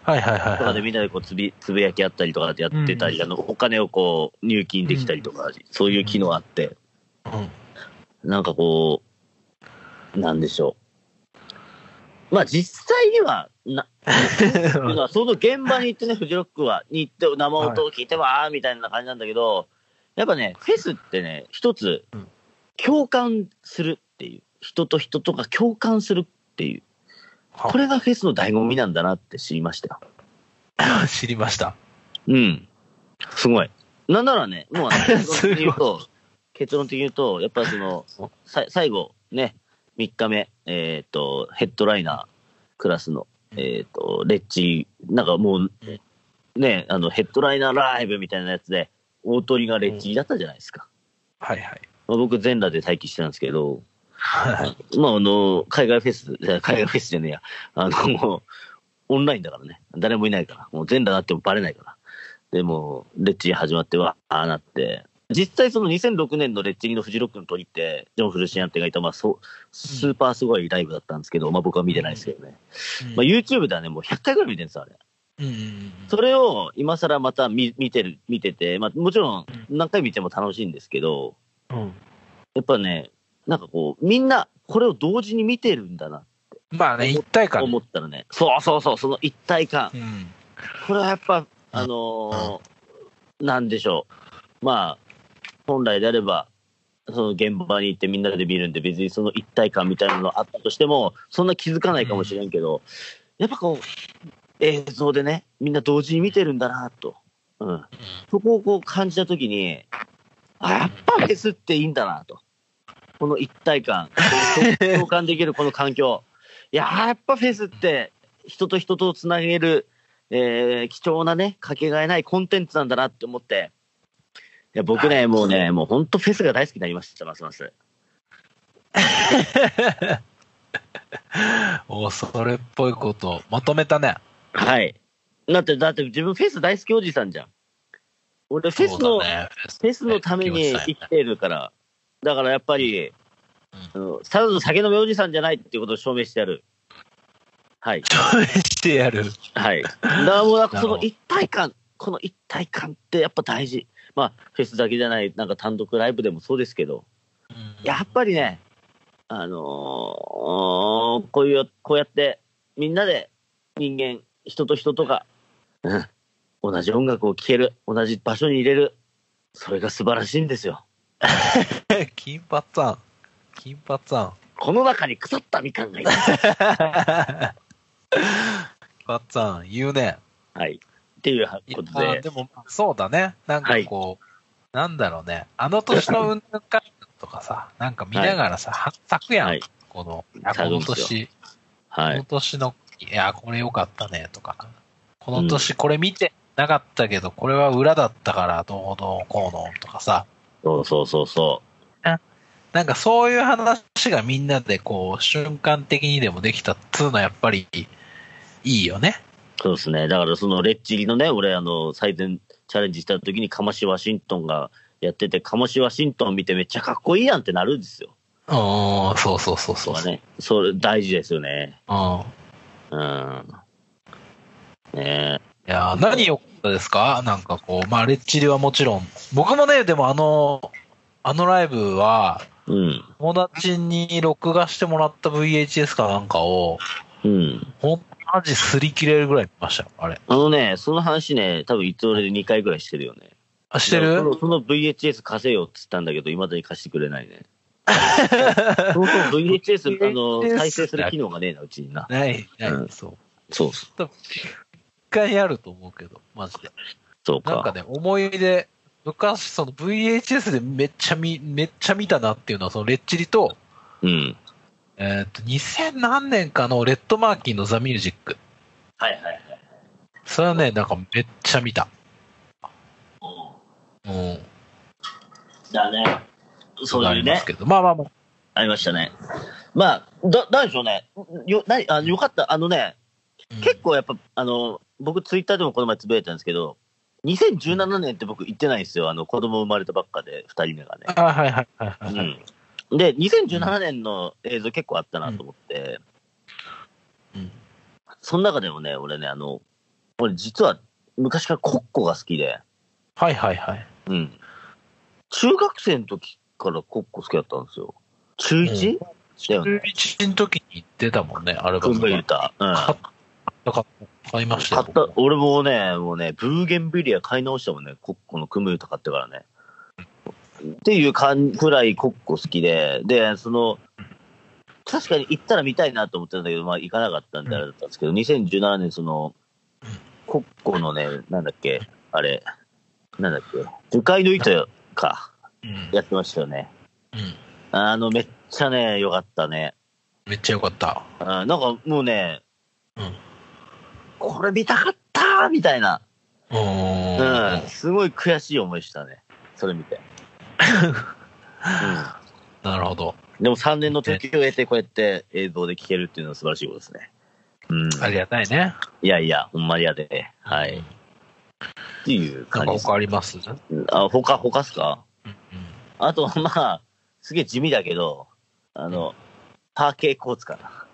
はいはいとはいかはでい。みんなでこうつびつぶやきあったりとかでやってたり、あの、お金をこう、入金できたりとか、そういう機能あって、うんなんかこう、なんでしょう。まあ、実際には、な、っていうのはその現場に行って (laughs) ね、フジロックは、に行って生音を聞いてわーみたいな感じなんだけど、やっぱね、フェスってね、一つうん、共感するっていう、人と人とが共感するっていう、これがフェスの醍醐味なんだなって知りましたよ。知りました。うん。すごい。なんならね、もう (laughs) あの結す論的ごいに言うと、結論的に言うと、やっぱその、さ最後、ね、3日目、えっ、と、ヘッドライナークラスの、えっ、と、レッチ、なんかもう、ね、あの、ヘッドライナーライブみたいなやつで、大鳥がレッチだったじゃないですか。はいはい。まあ、僕、全裸で待機してたんですけど、はいはい。まあ、あの、海外フェス、いや海外フェスじゃねえや、あの、もう、オンラインだからね、誰もいないから、もう全裸になってもバレないから。でもう、レッチリ始まっては、ああなって、実際その2006年のレッチリのフジロックの時って、ジョン・フルシアンテがいた、まあ、そうスーパーすごいライブだったんですけど、まあ僕は見てないですけどね。まあ、YouTube ではね、もう100回ぐらい見てるんですよ、あれ。うんうんうんそれを今更また見見てる、見てて、まあもちろん何回見ても楽しいんですけど、うん。やっぱね、なんかこう、みんなこれを同時に見てるんだなまあね、一体感。思ったらね、そうそうそう、その一体感う。ん。これはやっぱ、あのーなんでしょう。まあ、本来であれば、その現場に行ってみんなで見るんで、別にその一体感みたいなのあったとしても、そんな気づかないかもしれんけど、やっぱこう、映像でね、みんな同時に見てるんだなと。うん。そこをこう感じたときに、あ、やっぱフェスっていいんだなと。この一 (laughs) 体感、共感できるこの環境。いや、やっぱフェスって人と人とをつなげる、えー貴重なね、かけがえないコンテンツなんだなって思って、いや僕ね、もうね、もう本当フェスが大好きになりました、ますます。おそれっぽいことをまとめたね。はい。だって、だって自分フェス大好きおじさんじゃん。俺フェスその、うだね、フェスのために生きてるから。だからやっぱり、あのただの酒飲みおじさんじゃないっていうことを証明してやる。はい。試してやる。はい。だからもうなんかそのなるほど一体感、この一体感ってやっぱ大事。まあ、フェスだけじゃない、なんか単独ライブでもそうですけど、やっぱりね、あのーこういう、こうやってみんなで人間、人と人とが、うん同じ音楽を聴ける、同じ場所に入れる、それが素晴らしいんですよ。金髪さん。金髪さん。この中に腐ったみかんが (laughs) いる。金髪さん、言うね。はい。っていうことあで、でも、そうだね。なんかこう、なんだろうね。あの年の運動会とか (laughs) さ、なんか見ながらさ、は咲くやん。はいこの、あこ咲くんのですよ年、はこいの。年の、いや、これ良かったね、とか。この年これ見てなかったけど、これは裏だったから、どうどうこうの、とかさ。そうそうそうそなんかそういう話がみんなでこう、瞬間的にでもできたっつうのはやっぱり、いいよね。う。そうですね。だからそのレッチリのね、俺、あの、最前チャレンジした時にカマシワシントンがやってて、カマシワシントン見てめっちゃかっこいいやんってなるんですよ。うん、そうそうそうそ。そううね。それ大事ですよね。うん。うん。ねえ。いやー何良かったですかなんかこう、まあ、レッチリはもちろん。僕もね、でもあの、あのライブは、うん。友達に録画してもらった VHS かなんかを、うん。ほんとマジ擦り切れるぐらい見ましたよ、あれ。あのね、その話ね、多分いつ俺で2回ぐらいしてるよね。あ、してそのるその VHS 貸せよって言ったんだけど、いまだに貸してくれな (laughs) いね。そうそう、VHS、あの、再生する機能がねえな、うちにな。ない、ない、うんそう。そうそう一回あると思うけど、マジで。そうなんかか。ね、思い出、昔その VHS でめっちゃ見、めっちゃ見たなっていうのは、そのレッチリと、うん。えっ、と、2000何年かのレッドマーキーのザ・ミュージック。はいはいはい。それはね、なんかめっちゃ見た。うん。だね。そうあいりうまねす。けど。まあまあまあ。ありましたね。まあ、だ、なんでしょうね。よ、なあ、よかった。あのね、うん結構やっぱ、あの、僕ツイッターでもこの前つぶやいたんですけど、2017年って僕行ってないんですよ。あの、子供生まれたばっかで、二人目がね。あはいはいはいはい。はいうん。で、2017年の映像結構あったなと思って、うんその中でもね、俺ね、あの、俺実は昔からコッコが好きで、はいはいはい。うん。中学生の時からコッコ好きだったんですよ。中 1?、だよね。中1の時に出たもんね、アルバブムーゲンビがリ。ア。うん。買った、買った、買いました買よ。った僕、も俺もね、もうね、ブーゲンビリア買い直したもんね。コッコのクムータ買ってからね。っていう感くらいコッコ好きで、で、その、確かに行ったら見たいなと思ってたんだけど、まあ行かなかったんであれだったんですけど、2017年その、コッコのね、なんだっけ、あれ、なんだっけ、樹海の糸か、うんやってましたよね。うんあの、めっちゃね、良かったね。めっちゃ良かった。あーなんかもうね、うんこれ見たかったーみたいな、うーうんん。すごい悔しい思いしたね、それ見て。なるほど。うん、でも3年の時を経て、こうやって映像で聴けるっていうのは素晴らしいことですね。うん、ありがたいね。いやいや、ほんまにやで。はい。っていうなんか感じです。他ありますうんあ、他、他っすかあと、まあ、すげえ地味だけど、あの、パーケーコーツかな。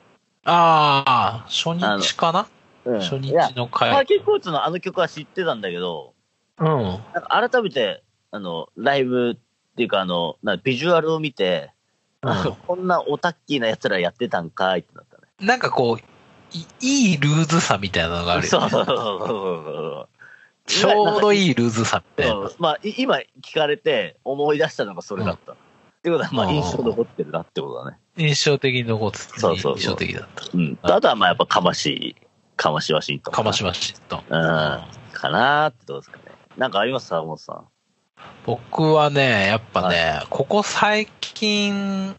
ああ、初日かなうん初日いや、のパー回。ケーコーツのあの曲は知ってたんだけど、うん。なんか改めて、あの、ライブっていうか、あの、なんかビジュアルを見て、あのこんなオタッキーな奴らやってたんかいってなったね。 (laughs) なんかこう、いいいルーズさみたいなのがあるそようね。そうそうそうちょうどい。いいルーズさみたいそうまあ、い今聞かれて思い出したのがそれだった。ってことは、まあ、うん印象残ってるなってことだね。な。印象的に残ってた。そうそうそう印象的だった。うん。あとは、まあ、やっぱ、かましい、かましワシントン。かましましと。うんかなーってどうですかね。なんかあります坂本さん。僕はね、やっぱね、ここ最近、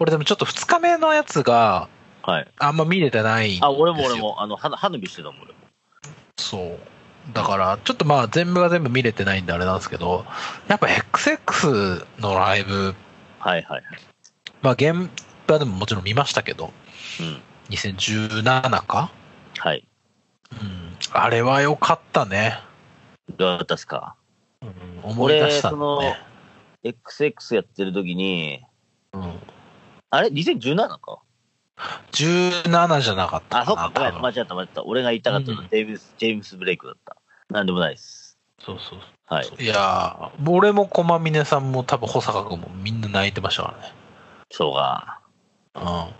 俺でもちょっと2日目のやつがはい。あんま見れてないんですよ。あ、俺も俺も、あの、花花火してたもん、俺も。そう。だから、ちょっとまあ全部が全部見れてないんであれなんですけど、やっぱ XX のライブ、はいはい。まあ現場でももちろん見ましたけど、うん。 2017かはい。うん。あれは良かったね。どうだったっすかうん、思い出したの俺ね。 ?XX やってる時に、うん。あれ ?2017 か17じゃなかったあ、そかなっか、ごめ多分ん、間違った、間違った。俺が言いたかったのうはんジェームス、ジェームス・ブレイクだった。なんでもないです。そうそうはい。いやー、俺も駒峰さんも多分保坂君もみんな泣いてましたからね。そうか。うん。あ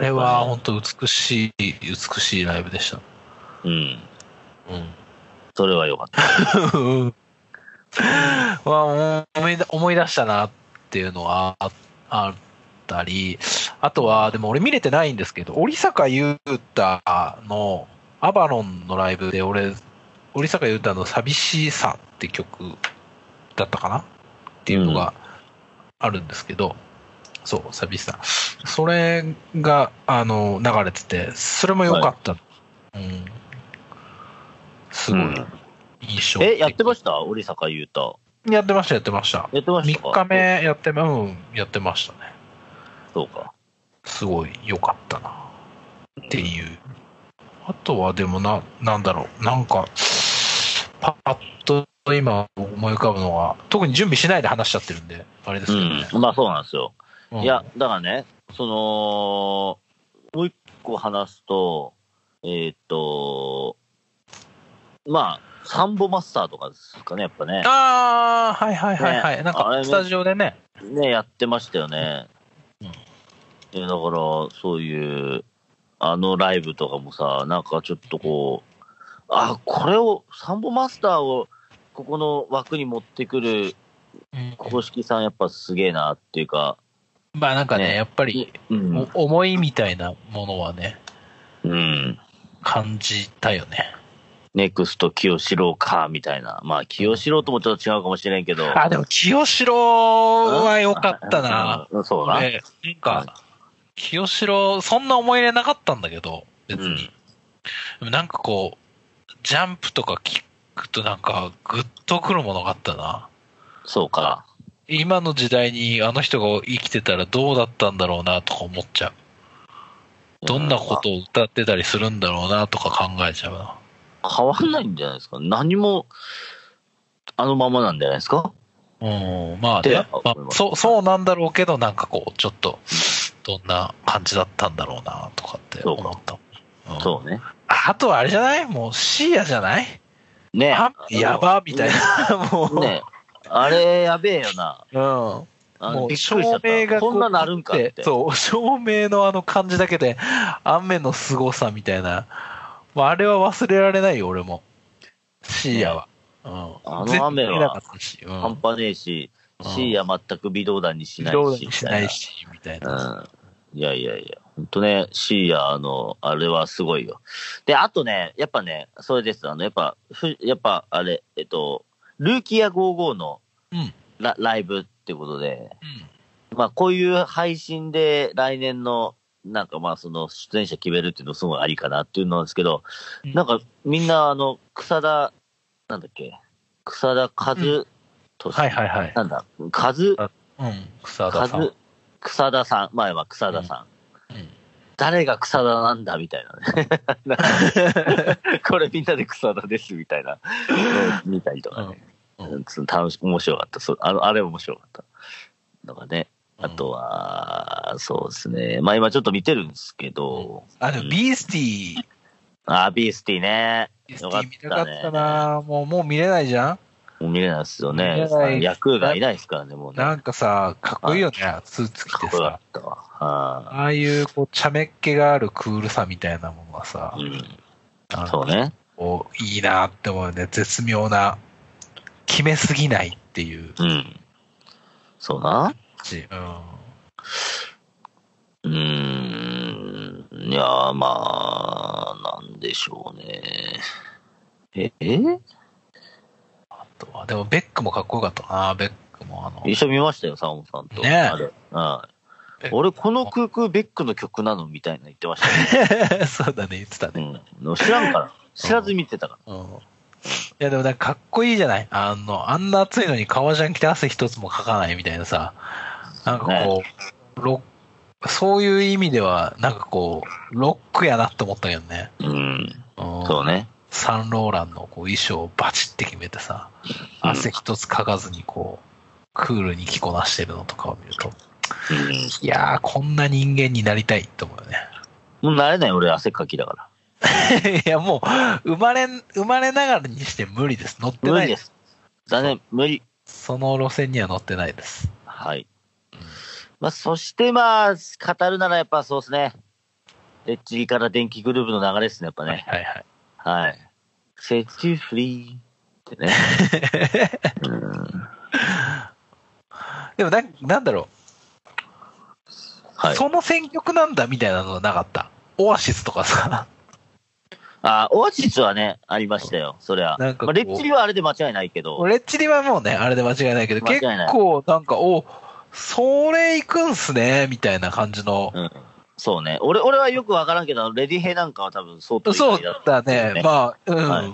れは本当美しい、美しいライブでした。うん。うん。それはよかった。うんわ思い出思い出したなっていうのはああったり、あとは、でも俺見れてないんですけど、折坂優太のアバロンのライブで、俺、折坂優太の寂しさって曲だったかなっていうのがあるんですけど、そう、寂しさ。それが、あの、流れてて、それも良かった。うん。すごい。印象的え、やってました折坂優太。やってました、やってました。やってましたか3日。目やってま、うん、やってましたね。そうか。すごい良かったな。っていう。あとはでもな、なんだろう。なんか、パッと今思い浮かぶのは、特に準備しないで話しちゃってるんで、あれですけどね。うん。まあそうなんですよ。うんいや、、だからね、その、もう一個話すと、えーっと、まあ、サンボマスターとかですかね、やっぱね。あー、はいはいはいはい。ねなんあれか、ねスタジオでね。ね、やってましたよね。うんえだから、そういう、あのライブとかもさ、なんかちょっとこう、あ、これを、サンボマスターを、ここの枠に持ってくる公式さん、やっぱすげえなっていうか、まあなんかね、ねやっぱり、うん。お思いみたいなものはね、うん。感じたよね。ネクスト清志郎か、みたいな。まあ、清志郎ともちょっと違うかもしれんけど。あ、でも、清志郎は良かったな。うん。そうな。俺なんか、清志郎、そんな思い入れなかったんだけど、別うんに。でもなんかこう、ジャンプとか聞くとなんか、ぐっとくるものがあったな。そうか。今の時代にあの人が生きてたらどうだったんだろうなとか思っちゃう。どんなことを歌ってたりするんだろうなとか考えちゃうな。うん変わんないんじゃないですか。何も、あのままなんじゃないですか。うん、まあでね、まあ思い、ますそう、そうなんだろうけど、なんかこう、ちょっと、どんな感じだったんだろうなとかって思った。うんそうね。あとはあれじゃないもうシーアじゃないねあやばみたいな、 (laughs) もう、ねねあれ、やべえよな。うん、もあのうびっくりしちゃった。こうこんななるんかって。そう、照明のあの感じだけで、雨の凄さみたいな、まあ、あれは忘れられないよ、俺も、シーヤは。うん、あの雨は全然見なかったし、うん、半端ねえし、うんシーは全く微動だにしない微動だし。にしないし、みたいな。うんいやいやいや、ほんとね、シーヤの、あれはすごいよ。で、あとね、やっぱね、それです、あの、やっぱ、ふやっぱ、あれ、えっと、ルーキーや55のうんラ,、ライブってことで、うんまあ、こういう配信で来年の、なんかまあ、その、出演者決めるっていうのすごいありかなっていうのなんですけど、うんなんか、みんな、あの、草田、なんだっけ、草田和俊、はいはいはい。なんだ、和、うん、草田さん。和、草田さん、前は草田さんうん誰が草田なんだみたいな (laughs) ね。これみんなで草田ですみたいな。見たりとかね。うんううん楽し面白かったそうあの。あれ面白かった。だからね。あとは、そうですね。まあ今ちょっと見てるんですけど、あ、でも、ビースティー、あー、ビースティーね。ビースティよかっー見たかたっねた。な、もう、もう見れないじゃんもう見れないですよ見ねれな。いヤクーがいないですからね、もうね。なんかさ、かっこいいよね、スーツ着かてっこよさか。ったわ。はああいう、こう、ちゃめっ気があるクールさみたいなものがさい、うんあのそうね。こういいなって思うよね。絶妙な、決めすぎないっていううん。そうな。し、うん。うーん、いやー、まあ、なんでしょうね。え、えあとは、でも、ベックもかっこよかったな、ベックも。あの、一緒に見ましたよ、サモさんと。ねえあれ。は俺この空空ベックの曲なのみたいな言ってました (laughs) ね。そうだね、言ってたね。うん。知らんから。知らず見てたから。うん。いや、でもなんかかっこいいじゃないあの、あんな暑いのに革ジャン着て汗一つもかかないみたいなさ。なんかこう、ロックそういう意味では、なんかこう、ロックやなって思ったけどね。うん。うんそうね。サンローランのこう衣装をバチって決めてさ、うん汗一つかかずにこう、クールに着こなしてるのとかを見ると、うん。いやー、こんな人間になりたいと思うよもう慣れない俺汗かきだから。 (laughs) ね。いや、もう、生まれ、生まれながらにして無理です。乗って無ない理で。ですす。残念、無理。その路線には乗ってないです。はい。まあ、そしてまあ、語るならやっぱそうですね。エッジから電気グループの流れですね、やっぱね。はいはい。はい。セッチフリー (laughs) ってね。うんでもなん、なんだろう、はい。その選曲なんだみたいなのはなかった。オアシスとかさ、あ、オアシスはね、ありましたよ、そりゃ。なんかこうまあ、レッチリはあれで間違いないけど。レッチリはもうね、あれで間違いないけど、間違結いない構なんか、お、それ行くんすね、みたいな感じの。うん。そうね。俺、俺はよくわからんけど、あのレディヘイなんかは多分相当そういいだだね。まあ、うん。はいい、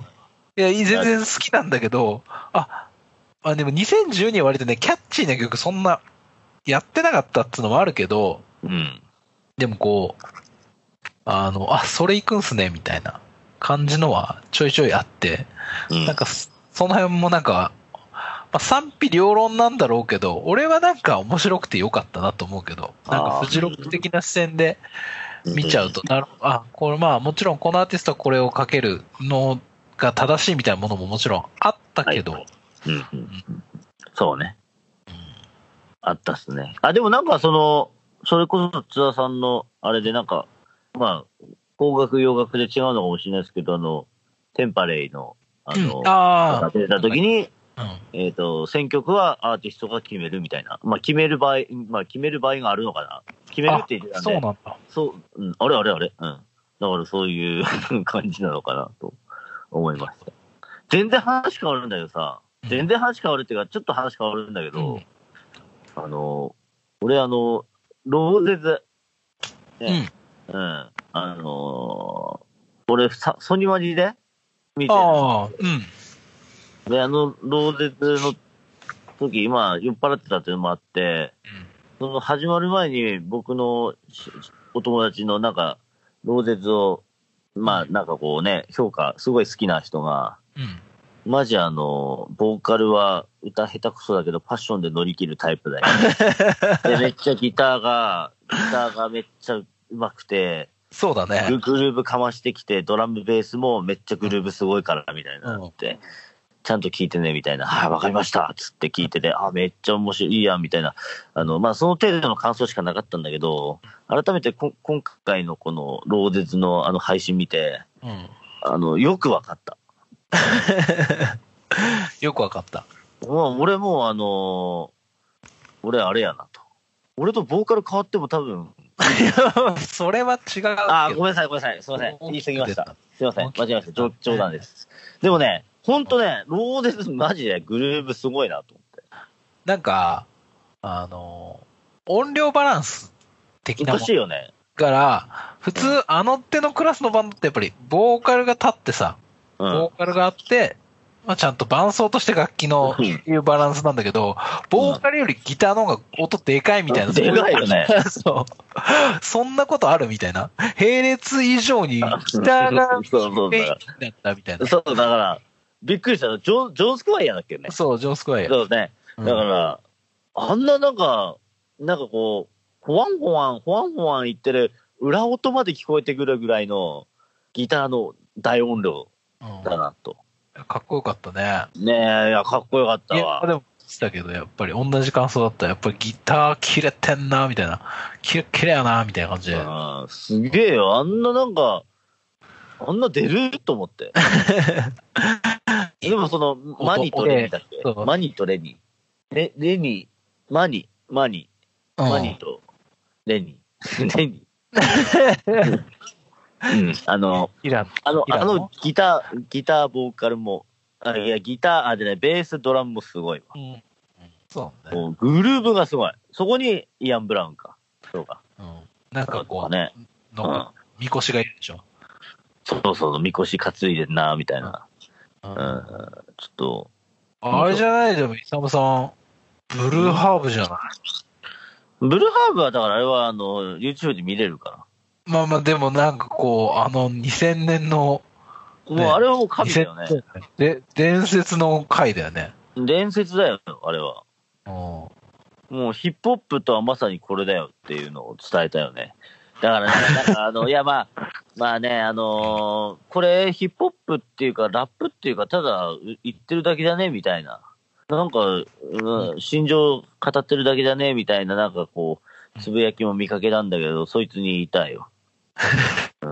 や、全然好きなんだけど、あ、あでも2012は割とね、キャッチーな曲そんなやってなかったっていうのもあるけど、うん。でもこう、あの、あ、それ行くんすね、みたいな感じのはちょいちょいあって、うん。なんかそ、その辺もなんか、まあ、賛否両論なんだろうけど、俺はなんか面白くてよかったなと思うけど、なんかあーフジロック的な視線で見ちゃうと、なるほどあ、これまあもちろんこのアーティストはこれをかけるのが正しいみたいなものももちろんあったけど、うんうんそうね。あったっすね。あ、でもなんかその、それこそ津田さんの、あれでなんか、まあ、邦楽、洋楽で違うのかもしれないですけど、あの、テンパレイの、あの、うんあ出た時に、あ、うんえっ、と、選曲はアーティストが決めるみたいな。まあ、決める場合、まあ、決める場合があるのかな。決めるって言ってたあんそうで。なんだ。そう、うん、あれあれあれ。うん。だからそういう (laughs) 感じなのかなと思いました。全然話変わるんだけどさ、うん全然話変わるっていうか、ちょっと話変わるんだけど、うんあの、俺あの、ローゼズ、ねうん、あのー俺さ、ソニマジで見てるああ、うん。で、あの、ローゼズの時、今、酔っ払ってたっていうのもあって、その始まる前に僕のしお友達のなんか、ローゼズを、まあなんかこうね、評価、すごい好きな人が、うん。マジあの、ボーカルは歌下手くそだけどパッションで乗り切るタイプ (laughs) だよ、ね。で、めっちゃギターが、ギターがめっちゃ上手くて、そうだね。ググルーブかましてきて、ドラムベースもめっちゃグルーブすごいから、みたいなって。ちゃんと聞いてね、みたいな。はい、わかりました。つって聞いてて、あ、めっちゃ面白い、いいやん、みたいな。あの、まあ、その程度の感想しかなかったんだけど、改めてこ今回のこの、ローゼズのあの配信見て、うん。あの、よくわかった。よくわかった。 (laughs) もう俺もうあのー俺あれやなと。俺とボーカル変わっても多分、それは違うけど。あー、ごめんなさい、ごめんなさい。すいません。言い過ぎました。。すいません、間違えました。冗冗談です。でもね、ほんとね、ローデスマジでグルーブすごいなと思って。なんか、あの、音量バランス的な難もんしいよね。から、普通、あの手のクラスのバンドってやっぱり、ボーカルが立ってさ、うボん。ーカルがあって、まあ、ちゃんと伴奏として楽器のうんいうバランスなんだけど、ボーカルよりギターの方が音でかいみたいな。でかいよね。 (laughs) そう。そんなことあるみたいな。並列以上にギターが (laughs) そうそうメイだンかだったみたいら。な。そう、だから、びっくりしたの。ジョン、ジョンスクワイヤーだっけね。そう、ジョースクワイア。そうね。うんだから、あんななんか、なんかこう、ほわんほわん、ほわんほわん言ってる、裏音まで聞こえてくるぐらいの、ギターの大音量うんだなと。かっこよかったね。ねえ、いや、かっこよかったいや、わ。でも、したけど、やっぱり同じ感想だった。やっぱりギター切れてんな、みたいな。キレッキレやな、みたいな感じで。うんすげえよ。あんななんか、あんな出ると思って。でもその、マニとレニだっおおけそうマニとレニ。レ、レニ、マニ、マニ、うんマニとレニ。 (laughs) (laughs) レニ。うん、あの、イラン。あの、イラあンののギター、ギター、ボーカルも、あいや、ギター、あ、でね、ベース、ドラムもすごいわ。うんそうね。もうグルーブがすごい。そこにイアン・ブラウンか。そうか。うん。なんかこう、ね。うのん。みこしがいるでしょ。そうそう、みこし担いでんな、みたいな。ううんん。ちょっと、あれじゃないでも、イサムさん、ブルーハーブじゃない、ブルーハーブはだからあれは、あの、YouTube で見れるかまあまあ、でもなんかこう、あの、2000年の、ら。ねもうあれはもう神だよね。 2000で、伝説の回だよね。伝説だよ、あれは。うん。もうヒップホップとはまさにこれだよっていうのを伝えたよね。だからね、なんかあの、いやまあ、まあね、あのーこれヒップホップっていうか、ラップっていうか、ただう言ってるだけだね、みたいな。なんか、うん、心情語ってるだけだね、みたいな、なんかこう、つぶやきも見かけたんだけど、そいつに言いたいよ。う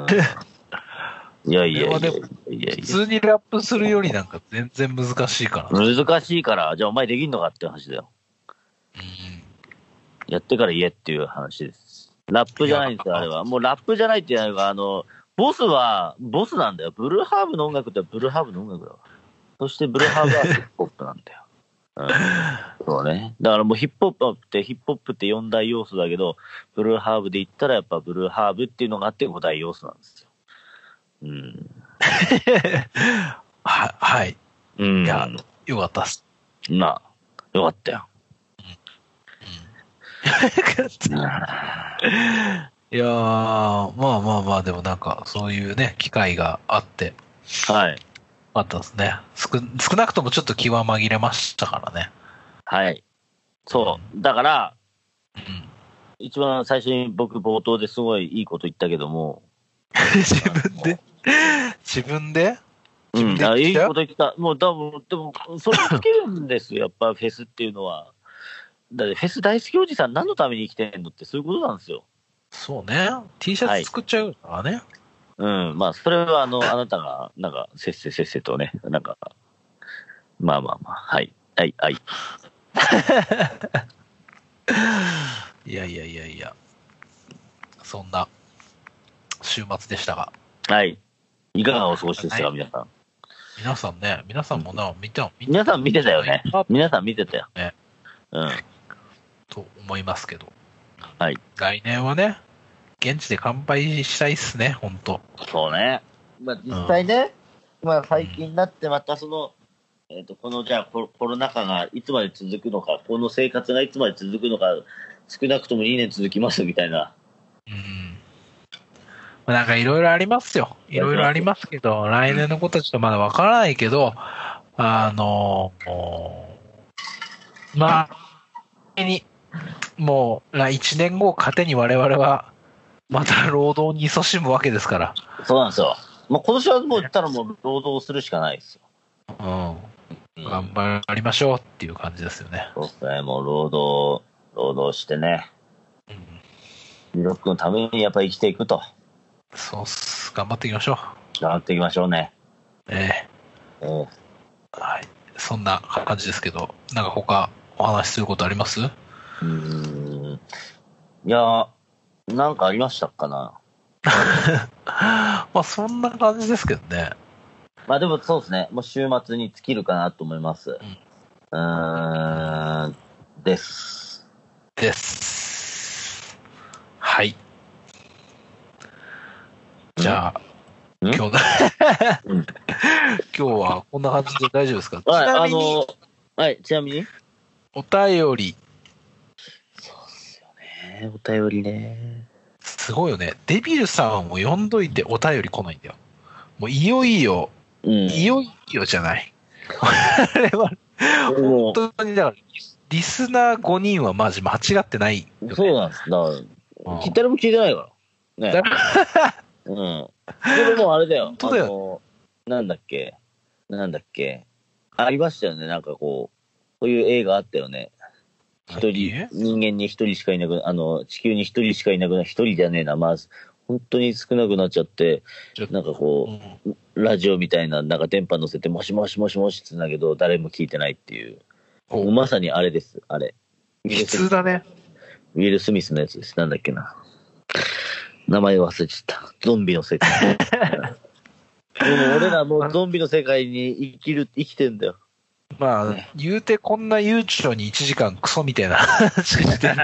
ん、いやいやいやいやいや普通にラップするよりなんか全然難しいから。うん。難しいから、じゃあお前できんのかって話だよ。やってから言えっていう話です。ラップじゃないんですよ、いやあれは。もうラップじゃないっていうのは、あの、ボスは、ボスなんだよ。ブルーハーブの音楽ってブルーハーブの音楽だわ。そしてブルーハーブはヒップホップな (laughs) んだよ。うん、そうね。だからもうヒップホップって、ヒップホップって4大要素だけど、ブルーハーブで言ったらやっぱブルーハーブっていうのがあって5大要素なんですよ。うん。は、はい。うん。いやよかったっす。まあ、よかったよ。うんいやー、まあまあまあ、でもなんか、そういうね、機会があって、はい。あったですね。少、少なくともちょっと気は紛れましたからね。 (laughs) はい。そう。だから、うん。一番最初に僕冒頭ですごいいいこと言ったけども、自分で、 (laughs) 自分でう自分ん、で言っあちゃういいこと言った。もう多分、でも、それつけるんですよ、やっ (laughs) ぱフェスっていうのは。だってフェス大好きおじさん何のために生きてんのってそういうことなんですよ。そうね。T シャツ作っちゃうからね。うん、まあ、それは (laughs) あの、あなたが、なんか、せっせせっせとね、なんか、まあまあまあ、はい、はい、はい。い、やいやいやいや。そんな、週末でしたが。はい。いかがお過ごしですか、はい皆さん。皆さんね、皆さんもな、見た、見た皆さん見てたよね。あ皆さん見てたよ。ねうん。と思いますけど。はい。来年はね、現地で乾杯したいっすね、ほんと。そうね。まあ、実際ね、まあ、最近になってまたその、えっ、と、この、じゃあコロ、コロナ禍がいつまで続くのか、この生活がいつまで続くのか、少なくとも2年続きますみたいな。うん。まあなんかいろいろありますよ。いろいろありますけど、来年のことはちょっとまだわからないけど、あの、もうまあ、先に、もう、1年後を糧に我々は、また労働に勤しむわけですから。そうなんですよ。まあ、今年はもう言ったらもう労働するしかないですよ。うん。うん頑張りましょうっていう感じですよね。そうですね。もう労働、労働してね、うん。ミロックのためにやっぱり生きていくと、そうっす。頑張っていきましょう。頑張っていきましょうね。えええーはい。そんな感じですけど、なんか他お話しすることありますうーん。いや、なんかありましたかな。まあそんな感じですけどね。まあでもそうですね、もう週末に尽きるかなと思います。うーん、です。です。はい。じゃあ、ん今日 (laughs) のう今ん日はこんな感じで大丈夫ですかちはい、なあみに、の、はい、ちなみにお便り、そうっすよね、お便りね。すごいよね。デビルさんを呼んどいてお便り来ないんだよ。もういよいよ、うん。いよいよじゃない。あれはも本当にだから、リスナー5人はマジ間違ってないよね、うそうなんです。だから、うん聞いたも聞いてないから。ねだ。うん。でももうあれだよ。本当だよあのなんだっけなんだっけありましたよね、なんかこう、こういう映画あったよね。一人え、人間に一人しかいなく、あの、地球に一人しかいなくな、一人じゃねえな、まず、本当に少なくなっちゃってちょっ、となんかこうんう、ラジオみたいな、なんか電波乗せて、もしもしもしもしってだけど、誰も聞いてないっていう。もうまさにあれです、あれ。ウィ普ルスミ通スだね。ウィル・スミスのやつです。なんだっけな。名前忘れちゃった。ゾンビの (laughs) 世界。でも俺らもうゾンビの世界に生きる、生きてんだよ。まあね、言うてこんな悠長に1時間クソみたいな話してる。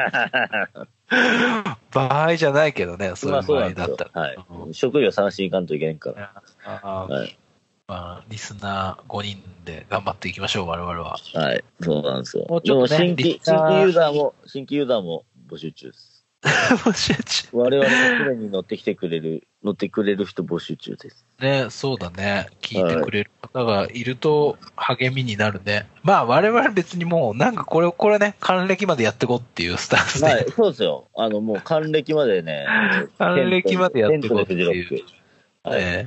場合じゃないけどね、そうまいあうそう場な合んでだすっよたら。。はいうん。職業探しに行かんといけないから。あーはい。まあ、リスナー5人で頑張っていきましょう、我々は。はい。そうなんですよ。もうちょっとねでも新規、リス新ナー規ユーザーも、新規ユーザーも募集中です。募集中我々も常に乗ってきてくれる、 (laughs) 乗ってくれる人募集中です。 (laughs) ね、そうだね。聞いてくれる方がいると励みになるね。まあ、我々別にもう、なんかこれ、これね、還暦までやってこうっていうスタンスで。はい、そうですよ。あの、もう還暦までね。還暦までやってこうっていうテントでフジロックはいええ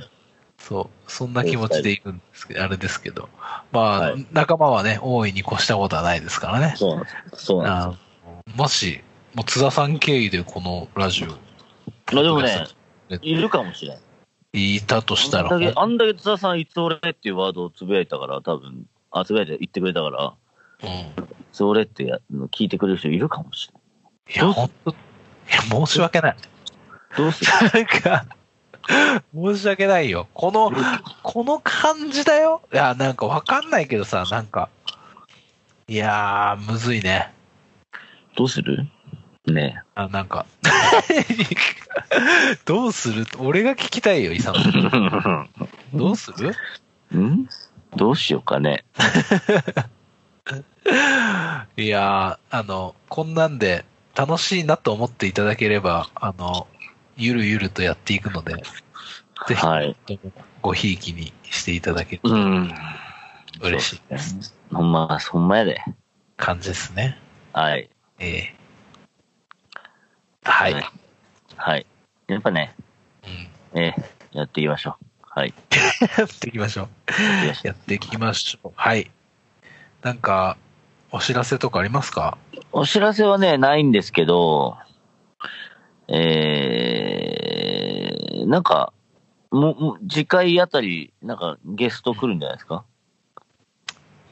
そう、そんな気持ちでいくんですけど、あれですけど。まあ、はい仲間はね、大いに越したことはないですからね。そうなんです。そうなんであのもし、もう津田さん経由でこのラジオす。まあでもね、いるかもしれん。いたとしたら、あんだけ、あんだけ津田さん、いつ俺っていうワードをつぶやいたから、多分、あ、つぶやいて言ってくれたから、うんいつ俺ってやの聞いてくれる人いるかもしれん。いや、本当いや、申し訳 (laughs) ない。どうするなんか、申し訳ないよ。この、この感じだよ。いや、なんかわかんないけどさ、なんか、いやー、むずいね。どうする (laughs) ねあ、なんか。どうする俺が聞きたいよ、イサム。え。どうするうんどうしようかね。いやー、あの、こんなんで楽しいなと思っていただければ、あの、ゆるゆるとやっていくので、ぜひはい。ごひいきにしていただけるうん。と嬉しいです。ほんま、ほんまやで。感じですね。はい。ええはい。はいはい。やっぱね、うん。えーやっていきましょう。はい。やっていきましょう。やっていきましょやっていきましょう。はい。なんか、お知らせとかありますかうお知らせはね、ないんですけど、えー、なんか、も、も次回あたり、なんかゲスト来るんじゃないですか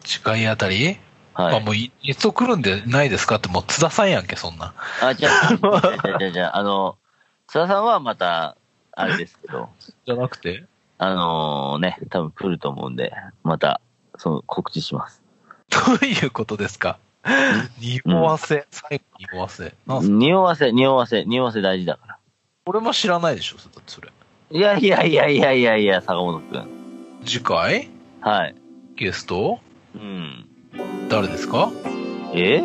次回あたりはまあい。もうい、いつ来るんでないですかって、もう津田さんやんけ、そんな。あ、じゃあ、じゃあじゃあじゃあ、あの、津田さんはまた、あれですけど、じゃなくてあのね、多分来ると思うんで、また、その告知します。どういうことですか匂わせ、最後に匂わせ。なんすか匂わせ、匂わせ、匂わせ大事だから。俺も知らないでしょ、だってそれ。いやいやいやいやいやいや、坂本くん。次回はい。ゲストうん。誰ですかえ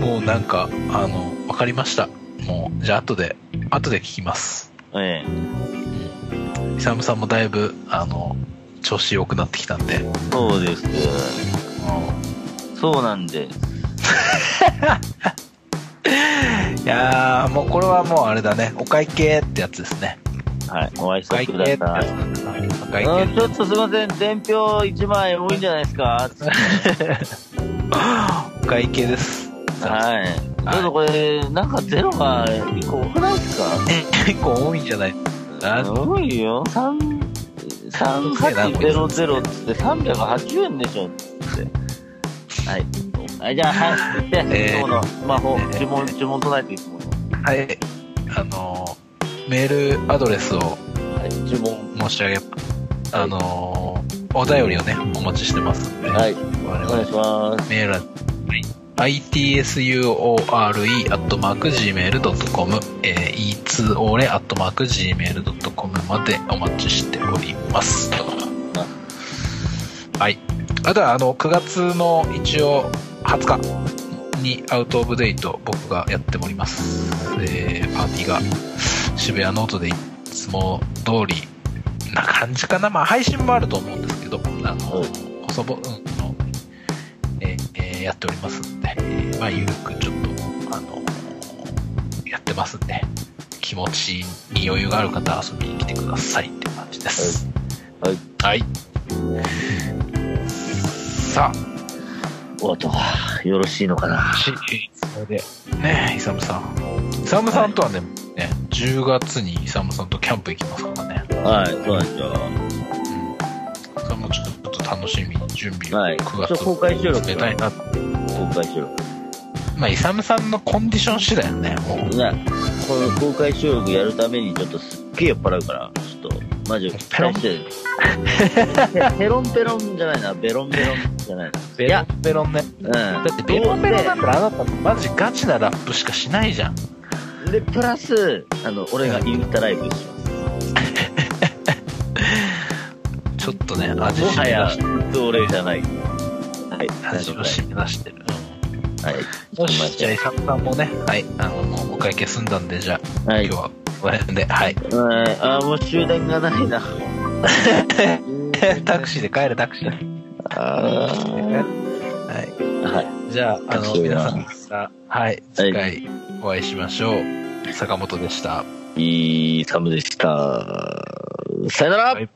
もうなんか、あの、わかりました。もう、じゃあ後で、後で聞きます。ええ。イサムさんもだいぶ、あの、調子良くなってきたんで。そうです。そうなんで。いやー、もうこれはもうあれだね。お会計ってやつですね。はい。お会いしお会て計くってだやつださい。ね。お会計うん、ちょっとすいません。伝票1枚多いんじゃないですか (laughs) お会計です。はい。ちょっとこれ、なんかゼロが一個多くないですか結構多いんじゃないあ多いよ。三三八ゼロゼロっつって三百八円でしょっつって。はい。はい、じゃあ、はい、行って、えーいつものスマホ、えー注文、注文唱えていつもの。はい。あの、メールアドレスをはい、注文。申し上げ、あの、お便りをね、お待ちしてますので、はい、我お願々いします。メールは、itsure.gmail.com、えー、itsore.gmail.com までお待ちしております。はい。あとは、あの、9月の一応20日にアウトオブデイト僕がやっております。えー、パーティーが渋谷ノートでいつも通りな感じかな。まあ、配信もあると思うんですけど、あのはい、細々、うん、あのえーえーやっておりますんで、えーまあ、ゆるくちょっと、あのやってますんで、気持ちに余裕がある方は遊びに来てくださいっていう感じです。はいはい。さおっと、よろしいのかなあ、しそれで、ね、イサムさん。イサムさんとはね、ね10月にイサムさんとキャンプ行きますからね。はい、そうなんですよ。うん。それもちょっと楽しみに準備をはい9ちょっ月と公開収録つけたいな。公開収録。まあ、イサムさんのコンディション次第よね、もう。ね、この公開収録やるためにちょっとすっげえ酔っ払うから、 (laughs) ちょっと、マジで期待してる。ペロンペロンじゃないな、ベロンベロン。じゃないベロンベロンね。うん。だだってベロンベロンだからあなたマジガチなラップしかしないじゃん。で、プラス、あの、俺がインスタライブします。ちょっとね、味も染はみ出しやてる。、奴隷じゃない。はい。味を染み出してる。はい。よし、じゃあ、イサムさんもね、はい、あの、もうお会計済んだんで、じゃあ、はい今。日はこの辺で、 (laughs) はい。はいあーもう終電がな (laughs) いな。タクシーで帰る、タクシーで。あはーはい。い。じゃあ、あタクの、シー皆ださんまた、はい、次回お会いしましょう。坂本でした。いいサムでした。さよならバイ